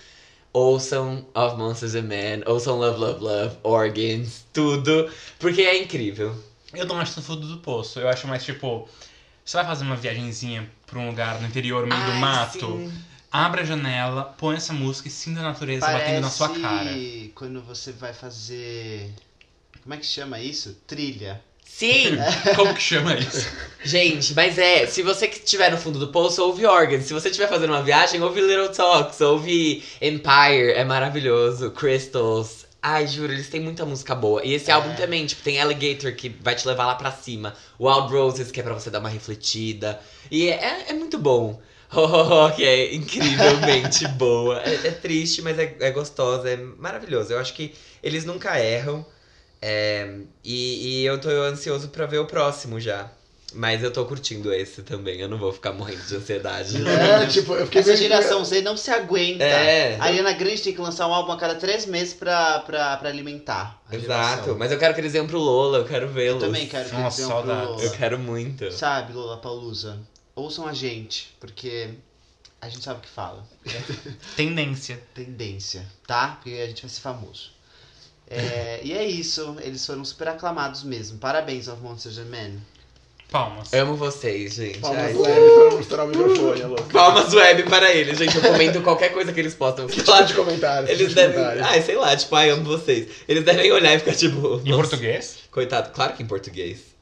S2: ouçam Of Monsters and Men, ouçam Love Love Love, Organs, tudo, porque é incrível.
S1: Eu não acho no fundo do poço. Eu acho mais tipo. Você vai fazer uma viagenzinha pra um lugar no interior, no meio do
S2: Ai,
S1: mato?
S2: sim.
S1: Abre a janela, põe essa música e sinta a natureza batendo na sua cara.
S3: quando você vai fazer. Como é que chama isso? Trilha.
S2: Sim!
S1: Como que chama isso?
S2: Gente, mas é, se você que estiver no fundo do poço, ouve Organ. Se você estiver fazendo uma viagem, ouve Little Talks, ouve Empire, é maravilhoso, Crystals. Ai, juro, eles têm muita música boa. E esse álbum também, tipo, tem Alligator que vai te levar lá pra cima. Wild Roses, que é pra você dar uma refletida. E é, é muito bom. Ho, ho, ho, que é incrivelmente boa. É, é triste, mas é, é gostosa, é maravilhoso. Eu acho que eles nunca erram. É, e, e eu tô ansioso pra ver o próximo já. Mas eu tô curtindo esse também, eu não vou ficar morrendo de ansiedade.
S7: É, tipo, eu fiquei
S3: Essa
S7: meio-
S3: geração Z não se aguenta.
S2: É.
S3: A Ariana Grande tem que lançar um álbum a cada três meses pra, pra, pra alimentar. a
S2: Exato,
S3: geração.
S2: mas eu quero que eles venham pro Lola, eu quero
S3: Eu
S2: vê-los.
S3: também quero que eles
S1: Nossa,
S3: venham pro
S1: saudades.
S2: Eu
S3: Lola.
S2: quero muito.
S3: Sabe, Lola Palusa? Ouçam a gente, porque a gente sabe o que fala.
S1: Tendência.
S3: Tendência, tá? Porque a gente vai ser famoso. É, e é isso, eles foram super aclamados mesmo. Parabéns, Of Monsters and Men.
S1: Palmas.
S2: Amo vocês, gente.
S4: Palmas né?
S2: Ai,
S4: leve pra não estourar o microfone, é louco.
S2: é Palmas web para eles, gente. Eu comento qualquer coisa que eles postam. Sei lá,
S7: Tipo de comentário.
S2: eles
S7: tipo de
S2: devem.
S7: comentário.
S2: Ai, sei lá, tipo, ai, amo vocês. Eles devem olhar e ficar tipo.
S1: Em
S2: "Nossa,
S1: português?
S2: Coitado, claro que em português.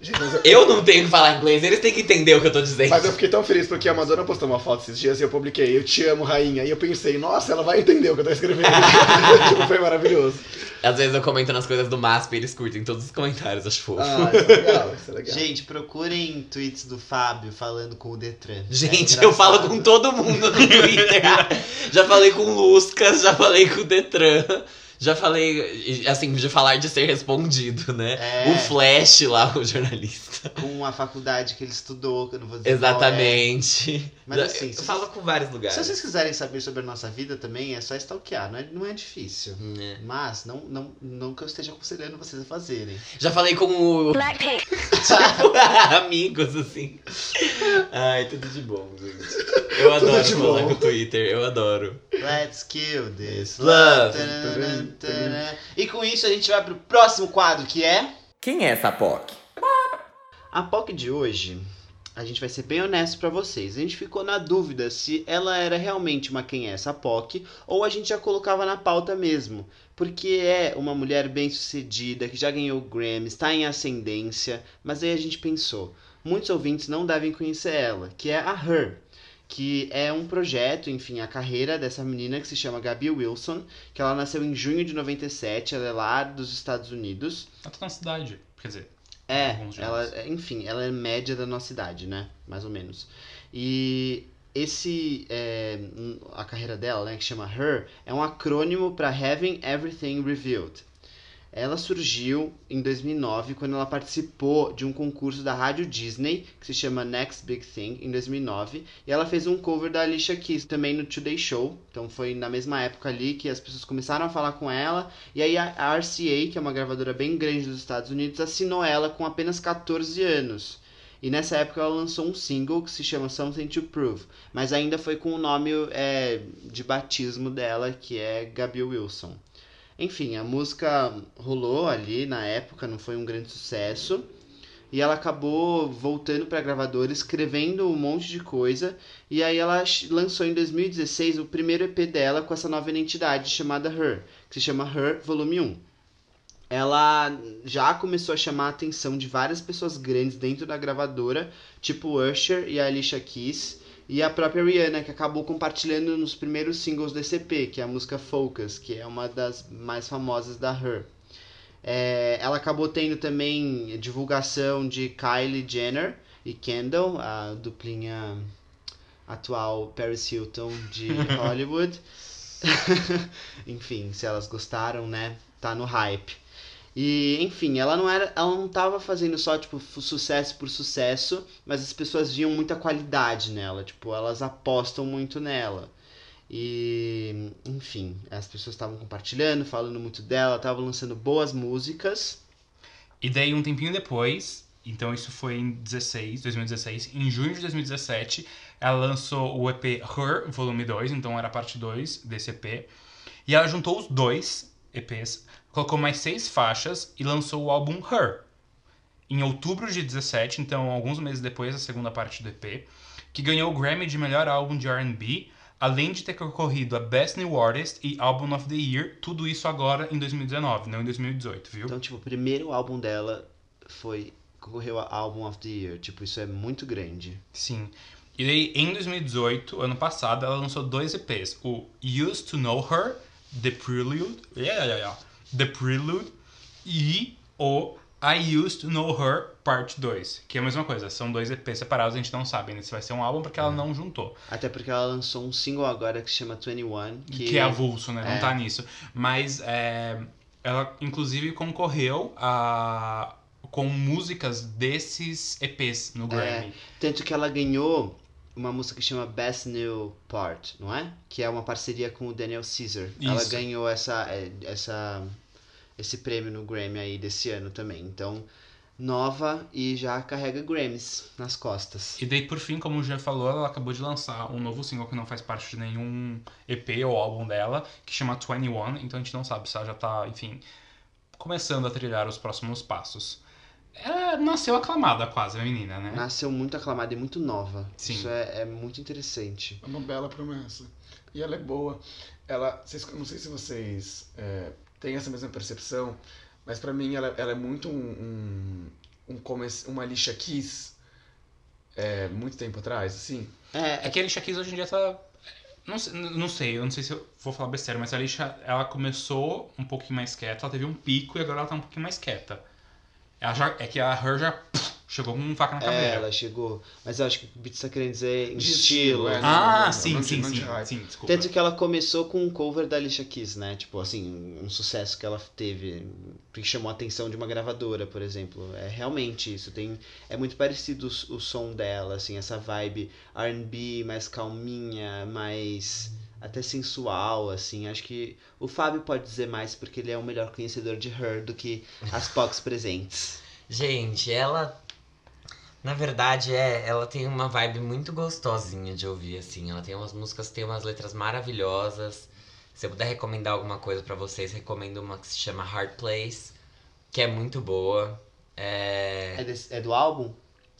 S7: Gente, mas eu-
S2: Eu não tenho que falar inglês, eles têm que entender o que eu tô dizendo.
S4: Mas eu fiquei tão feliz porque a Madonna postou uma foto esses dias e eu publiquei Eu te amo, rainha. E eu pensei, nossa, ela vai entender o que eu tô escrevendo. tipo, foi maravilhoso.
S2: Às vezes eu comento nas coisas do MASP e eles curtem todos os comentários, acho fofo.
S4: Ah, isso é legal, isso é legal.
S3: Gente, procurem tweets do Fábio falando com o Detran.
S2: Gente,
S3: É
S2: eu falo
S3: engraçado.
S2: com todo mundo no Twitter. já falei com o Luscas, já falei com o Detran. Já falei, e, assim, de falar de ser respondido, né?
S3: É.
S2: O Flash lá, o jornalista.
S3: com a faculdade que ele estudou, que eu não vou dizer é.
S2: Exatamente.
S3: Mas
S2: Já-
S3: assim,
S2: eu
S3: se-
S2: falo com vários
S3: qual é. Se
S2: lugares.
S3: vocês quiserem saber sobre a nossa vida também, é só stalkear, não é, não é difícil.
S2: É.
S3: Mas não, não, não que eu esteja aconselhando vocês a fazerem.
S2: Já falei com o.
S8: Blackpink.
S2: Tipo, amigos, assim. Ai, tudo de bom, gente. Eu adoro
S4: de
S2: falar
S4: bom.
S2: com o Twitter, eu adoro.
S3: Let's kill this
S2: Love.
S3: Tararã, tararã. E com isso a gente vai pro próximo quadro, que é...
S5: Quem é essa POC?
S3: A POC de hoje, a gente vai ser bem honesto pra vocês. A gente ficou na dúvida se ela era realmente uma quem é essa POC ou a gente já colocava na pauta mesmo. Porque é uma mulher bem sucedida, que já ganhou Grammy, está em ascendência, mas aí a gente pensou, muitos ouvintes não devem conhecer ela, que é a Her, que é um projeto, enfim, a carreira dessa menina que se chama Gabi Wilson, que ela nasceu em junho de 97, ela é lá dos Estados Unidos.
S1: Ela tá na cidade. Quer dizer,
S3: É,
S1: Alguns
S3: ela, é
S1: jogos.
S3: enfim, ela é média da nossa idade, né? Mais ou menos. E esse é, hum, a carreira dela, né, que chama Her, é um acrônimo para Having Everything Revealed. Ela surgiu em 2009 quando ela participou de um concurso da rádio Disney que se chama Next Big Thing em 2009 e ela fez um cover da Alicia Keys também no Today Show. Então foi na mesma época ali que as pessoas começaram a falar com ela e aí a a RCA, que é uma gravadora bem grande dos Estados Unidos, assinou ela com apenas 14 anos. E nessa época ela lançou um single que se chama Something to Prove, mas ainda foi com o nome é, de batismo dela, que é Gabi Wilson. Enfim, a música rolou ali na época, não foi um grande sucesso. E ela acabou voltando para a gravadora, escrevendo um monte de coisa. E aí ela ch- lançou em 2016 o primeiro EP dela com essa nova identidade chamada Her, que se chama Her Volume 1 ela já começou a chamar a atenção de várias pessoas grandes dentro da gravadora, tipo Usher e a Alicia Keys, e a própria Rihanna, que acabou compartilhando nos primeiros singles do EP, que é a música Focus, que é uma das mais famosas da Her. É, ela acabou tendo também divulgação de Kylie Jenner e Kendall, a duplinha atual Paris Hilton de Hollywood. Enfim, se elas gostaram, né? Tá no hype. E, enfim, ela não era. Ela não tava fazendo só, tipo, fu- sucesso por sucesso, mas as pessoas viam muita qualidade nela. Tipo, elas apostam muito nela. E, enfim, as pessoas estavam compartilhando, falando muito dela, estavam lançando boas músicas.
S1: E daí, um tempinho depois, então isso foi em 16, 2016, em junho de 2017, ela lançou o EP Her, volume 2, então era a parte 2 desse EP. E ela juntou os dois EPs, colocou mais seis faixas e lançou o álbum Her. Em outubro de 17, então alguns meses depois da segunda parte do EP, que ganhou o Grammy de melhor álbum de R&B, além de ter concorrido a Best New Artist e Album of the Year, tudo isso agora em 2019, não em 2018, viu?
S3: Então, tipo, o primeiro álbum dela foi. concorreu a Album of the Year. Tipo, isso é muito grande.
S1: Sim. E daí, em 2018, ano passado, ela lançou dois EPs. O Used to Know Her, The Prelude. Yeah, yeah, yeah. The Prelude. E o I Used to Know Her Part 2. Que é a mesma coisa. São dois EPs separados, a gente não sabe ainda se vai ser um álbum, porque ela não juntou.
S3: Até porque ela lançou um single agora que se chama 21, que,
S1: Que, é avulso, né?
S3: é.
S1: Não tá nisso. Mas é, ela, inclusive, concorreu a... com músicas desses EPs no Grammy.
S3: Tanto que ela ganhou uma música que chama Best New Part, não é? Que é uma parceria com o Daniel Caesar. Ela
S1: Isso.
S3: ganhou essa, eh, essa, esse prêmio no Grammy aí desse ano também. Então, nova e já carrega Grammys nas costas.
S1: E daí, por fim, como o Jean falou, ela acabou de lançar um novo single que não faz parte de nenhum EP ou álbum dela, que chama 21, então a gente não sabe se ela já tá, enfim, começando a trilhar os próximos passos. Ela nasceu aclamada quase, a menina, né?
S3: Nasceu muito aclamada e muito nova.
S1: Sim.
S3: Isso é, é muito interessante.
S4: É uma bela promessa. E ela é boa. Ela, vocês, não sei se vocês é, têm essa mesma percepção, mas pra mim ela, ela é muito um, um, um come- uma lixa Kiss é, muito tempo atrás, assim.
S3: É,
S1: É que a Alicia Keys hoje em dia tá... Não sei, não sei, eu não sei se eu vou falar besteira, mas a Alicia, ela começou um pouquinho mais quieta, ela teve um pico e agora ela tá um pouquinho mais quieta. Ela já, é que a Her já pff, chegou com um faca na
S3: é,
S1: cabeça.
S3: ela chegou. Mas eu acho que o Beats tá querendo dizer em
S4: De
S3: estilo.
S4: estilo, é.
S1: Ah,
S4: Não, não,
S1: sim,
S4: não te-
S1: sim,
S4: não te
S1: sim,
S4: raiva.
S1: sim, desculpa.
S3: Tanto que ela começou com um cover da Alicia Keys, né? Tipo, assim, um sucesso que ela teve, que chamou a atenção de uma gravadora, por exemplo. É realmente isso, tem... É muito parecido o, s- o som dela, assim, essa vibe R&B mais calminha, mais... Até sensual, assim. Acho que o Fábio pode dizer mais, porque ele é o melhor conhecedor de Her do que as Pocs presentes.
S2: Gente, ela. Na verdade, é, ela tem uma vibe muito gostosinha de ouvir, assim. Ela tem umas músicas, tem umas letras maravilhosas. Se eu puder recomendar alguma coisa pra vocês, recomendo uma que se chama Hard Place, que é muito boa.
S3: É,
S2: É.
S3: desse- é do álbum?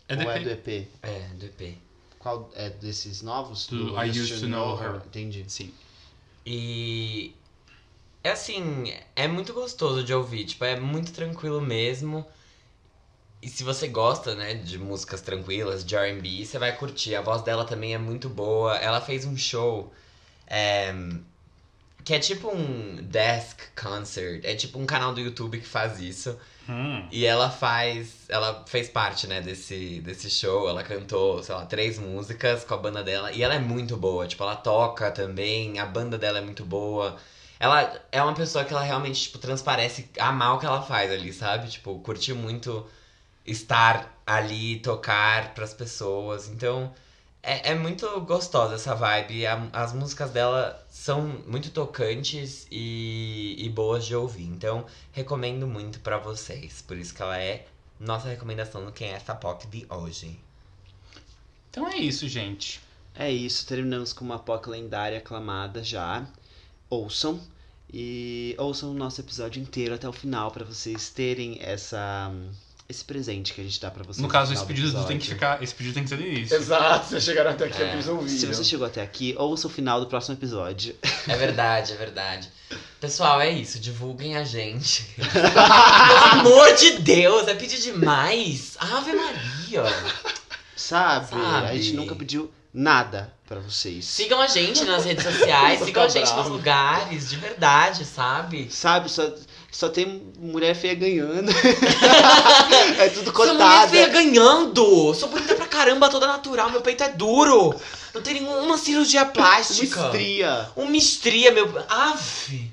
S1: É
S3: Ou é
S1: DP.
S3: do EP?
S2: É, do EP.
S3: Qual é desses novos?
S1: Do I Used to Know Her.
S3: Entendi.
S1: Sim.
S2: E é assim, é muito gostoso de ouvir, tipo, é muito tranquilo mesmo. E se você gosta, né, de músicas tranquilas, de R&B, você vai curtir. A voz dela também é muito boa. Ela fez um show é, que é tipo um desk concert, é tipo um canal do YouTube que faz isso.
S1: Hum.
S2: E ela faz. Ela fez parte, né, desse, desse show. Ela cantou, sei lá, três músicas com a banda dela. E ela é muito boa. Tipo, ela toca também, a banda dela é muito boa. Ela é uma pessoa que ela realmente, tipo, transparece amar o que ela faz ali, sabe? Tipo, curtiu muito estar ali, tocar pras pessoas. Então. É, é muito gostosa essa vibe. A- as músicas dela são muito tocantes e, e boas de ouvir. Então, recomendo muito pra vocês. Por isso que ela é nossa recomendação no Quem é essa POC de hoje.
S1: Então é isso, gente.
S3: É isso, terminamos com uma POC lendária aclamada já. Ouçam. E ouçam o nosso episódio inteiro até o final pra vocês terem essa, esse presente que a gente dá pra vocês.
S1: No caso,
S3: final
S1: esse
S3: do
S1: pedido tem que
S3: episódio.
S1: ficar. Esse pedido tem que ser no início.
S4: Exato, vocês chegaram até aqui,
S2: É.
S4: eles ouviram.
S3: Se você chegou até aqui, ouça o final do próximo episódio.
S2: É verdade, é verdade. Pessoal, é isso. Divulguem a gente. Pelo amor de Deus, é pedir demais. Ave Maria.
S3: Sabe?
S2: Sabe.
S3: A gente nunca pediu nada pra vocês.
S2: Sigam a gente nas redes sociais, sigam a gente nos
S4: bravo.
S2: lugares, de verdade, sabe?
S3: Sabe? Só, só tem mulher feia ganhando. é tudo
S2: Sou mulher
S3: cotada.
S2: feia ganhando! Sou bonita pra caramba, toda natural, meu peito é duro! Não tem nenhuma cirurgia
S3: Uma
S2: plástica.
S3: estria.
S2: Uma estria, Um meu. Ave!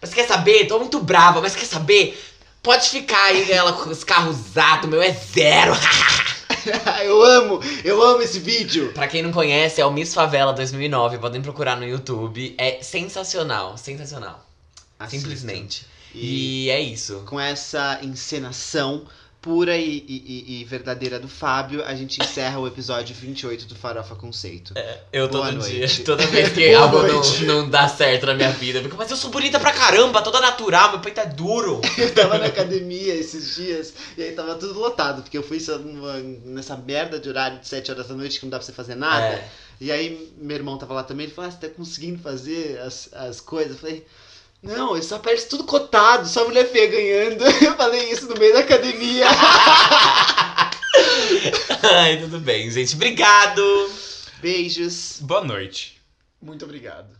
S2: Mas quer saber? Tô muito brava, mas quer saber? Pode ficar aí né, ela com os carros usados, meu é zero!
S3: eu amo, eu amo esse vídeo.
S2: pra quem não conhece, é o Miss Favela 2009, podem procurar no YouTube. É sensacional, sensacional.
S3: Assistam.
S2: Simplesmente.
S3: E-
S2: e é isso.
S3: com essa encenação pura e, e- e- e verdadeira do Fábio, a gente encerra o episódio 28 do Farofa Conceito.
S2: Eu
S3: Boa
S2: todo
S3: noite.
S2: dia, toda vez que
S4: Boa
S2: algo não,
S4: noite.
S2: não dá certo na minha vida, eu fico, mas eu sou bonita pra caramba, toda natural, meu peito é duro.
S3: Eu tava na academia esses dias e aí tava tudo lotado, porque eu fui só numa- nessa merda de horário de 7 horas da noite que não dá pra você fazer nada.
S2: É.
S3: E aí meu irmão tava lá também, ele falou, ah, você tá conseguindo fazer as, as coisas? Eu falei, não, isso só parece tudo cotado, só mulher feia ganhando. Eu falei isso no meio da academia.
S2: Ai, tudo bem, gente. Obrigado!
S3: Beijos.
S1: Boa noite.
S4: Muito obrigado.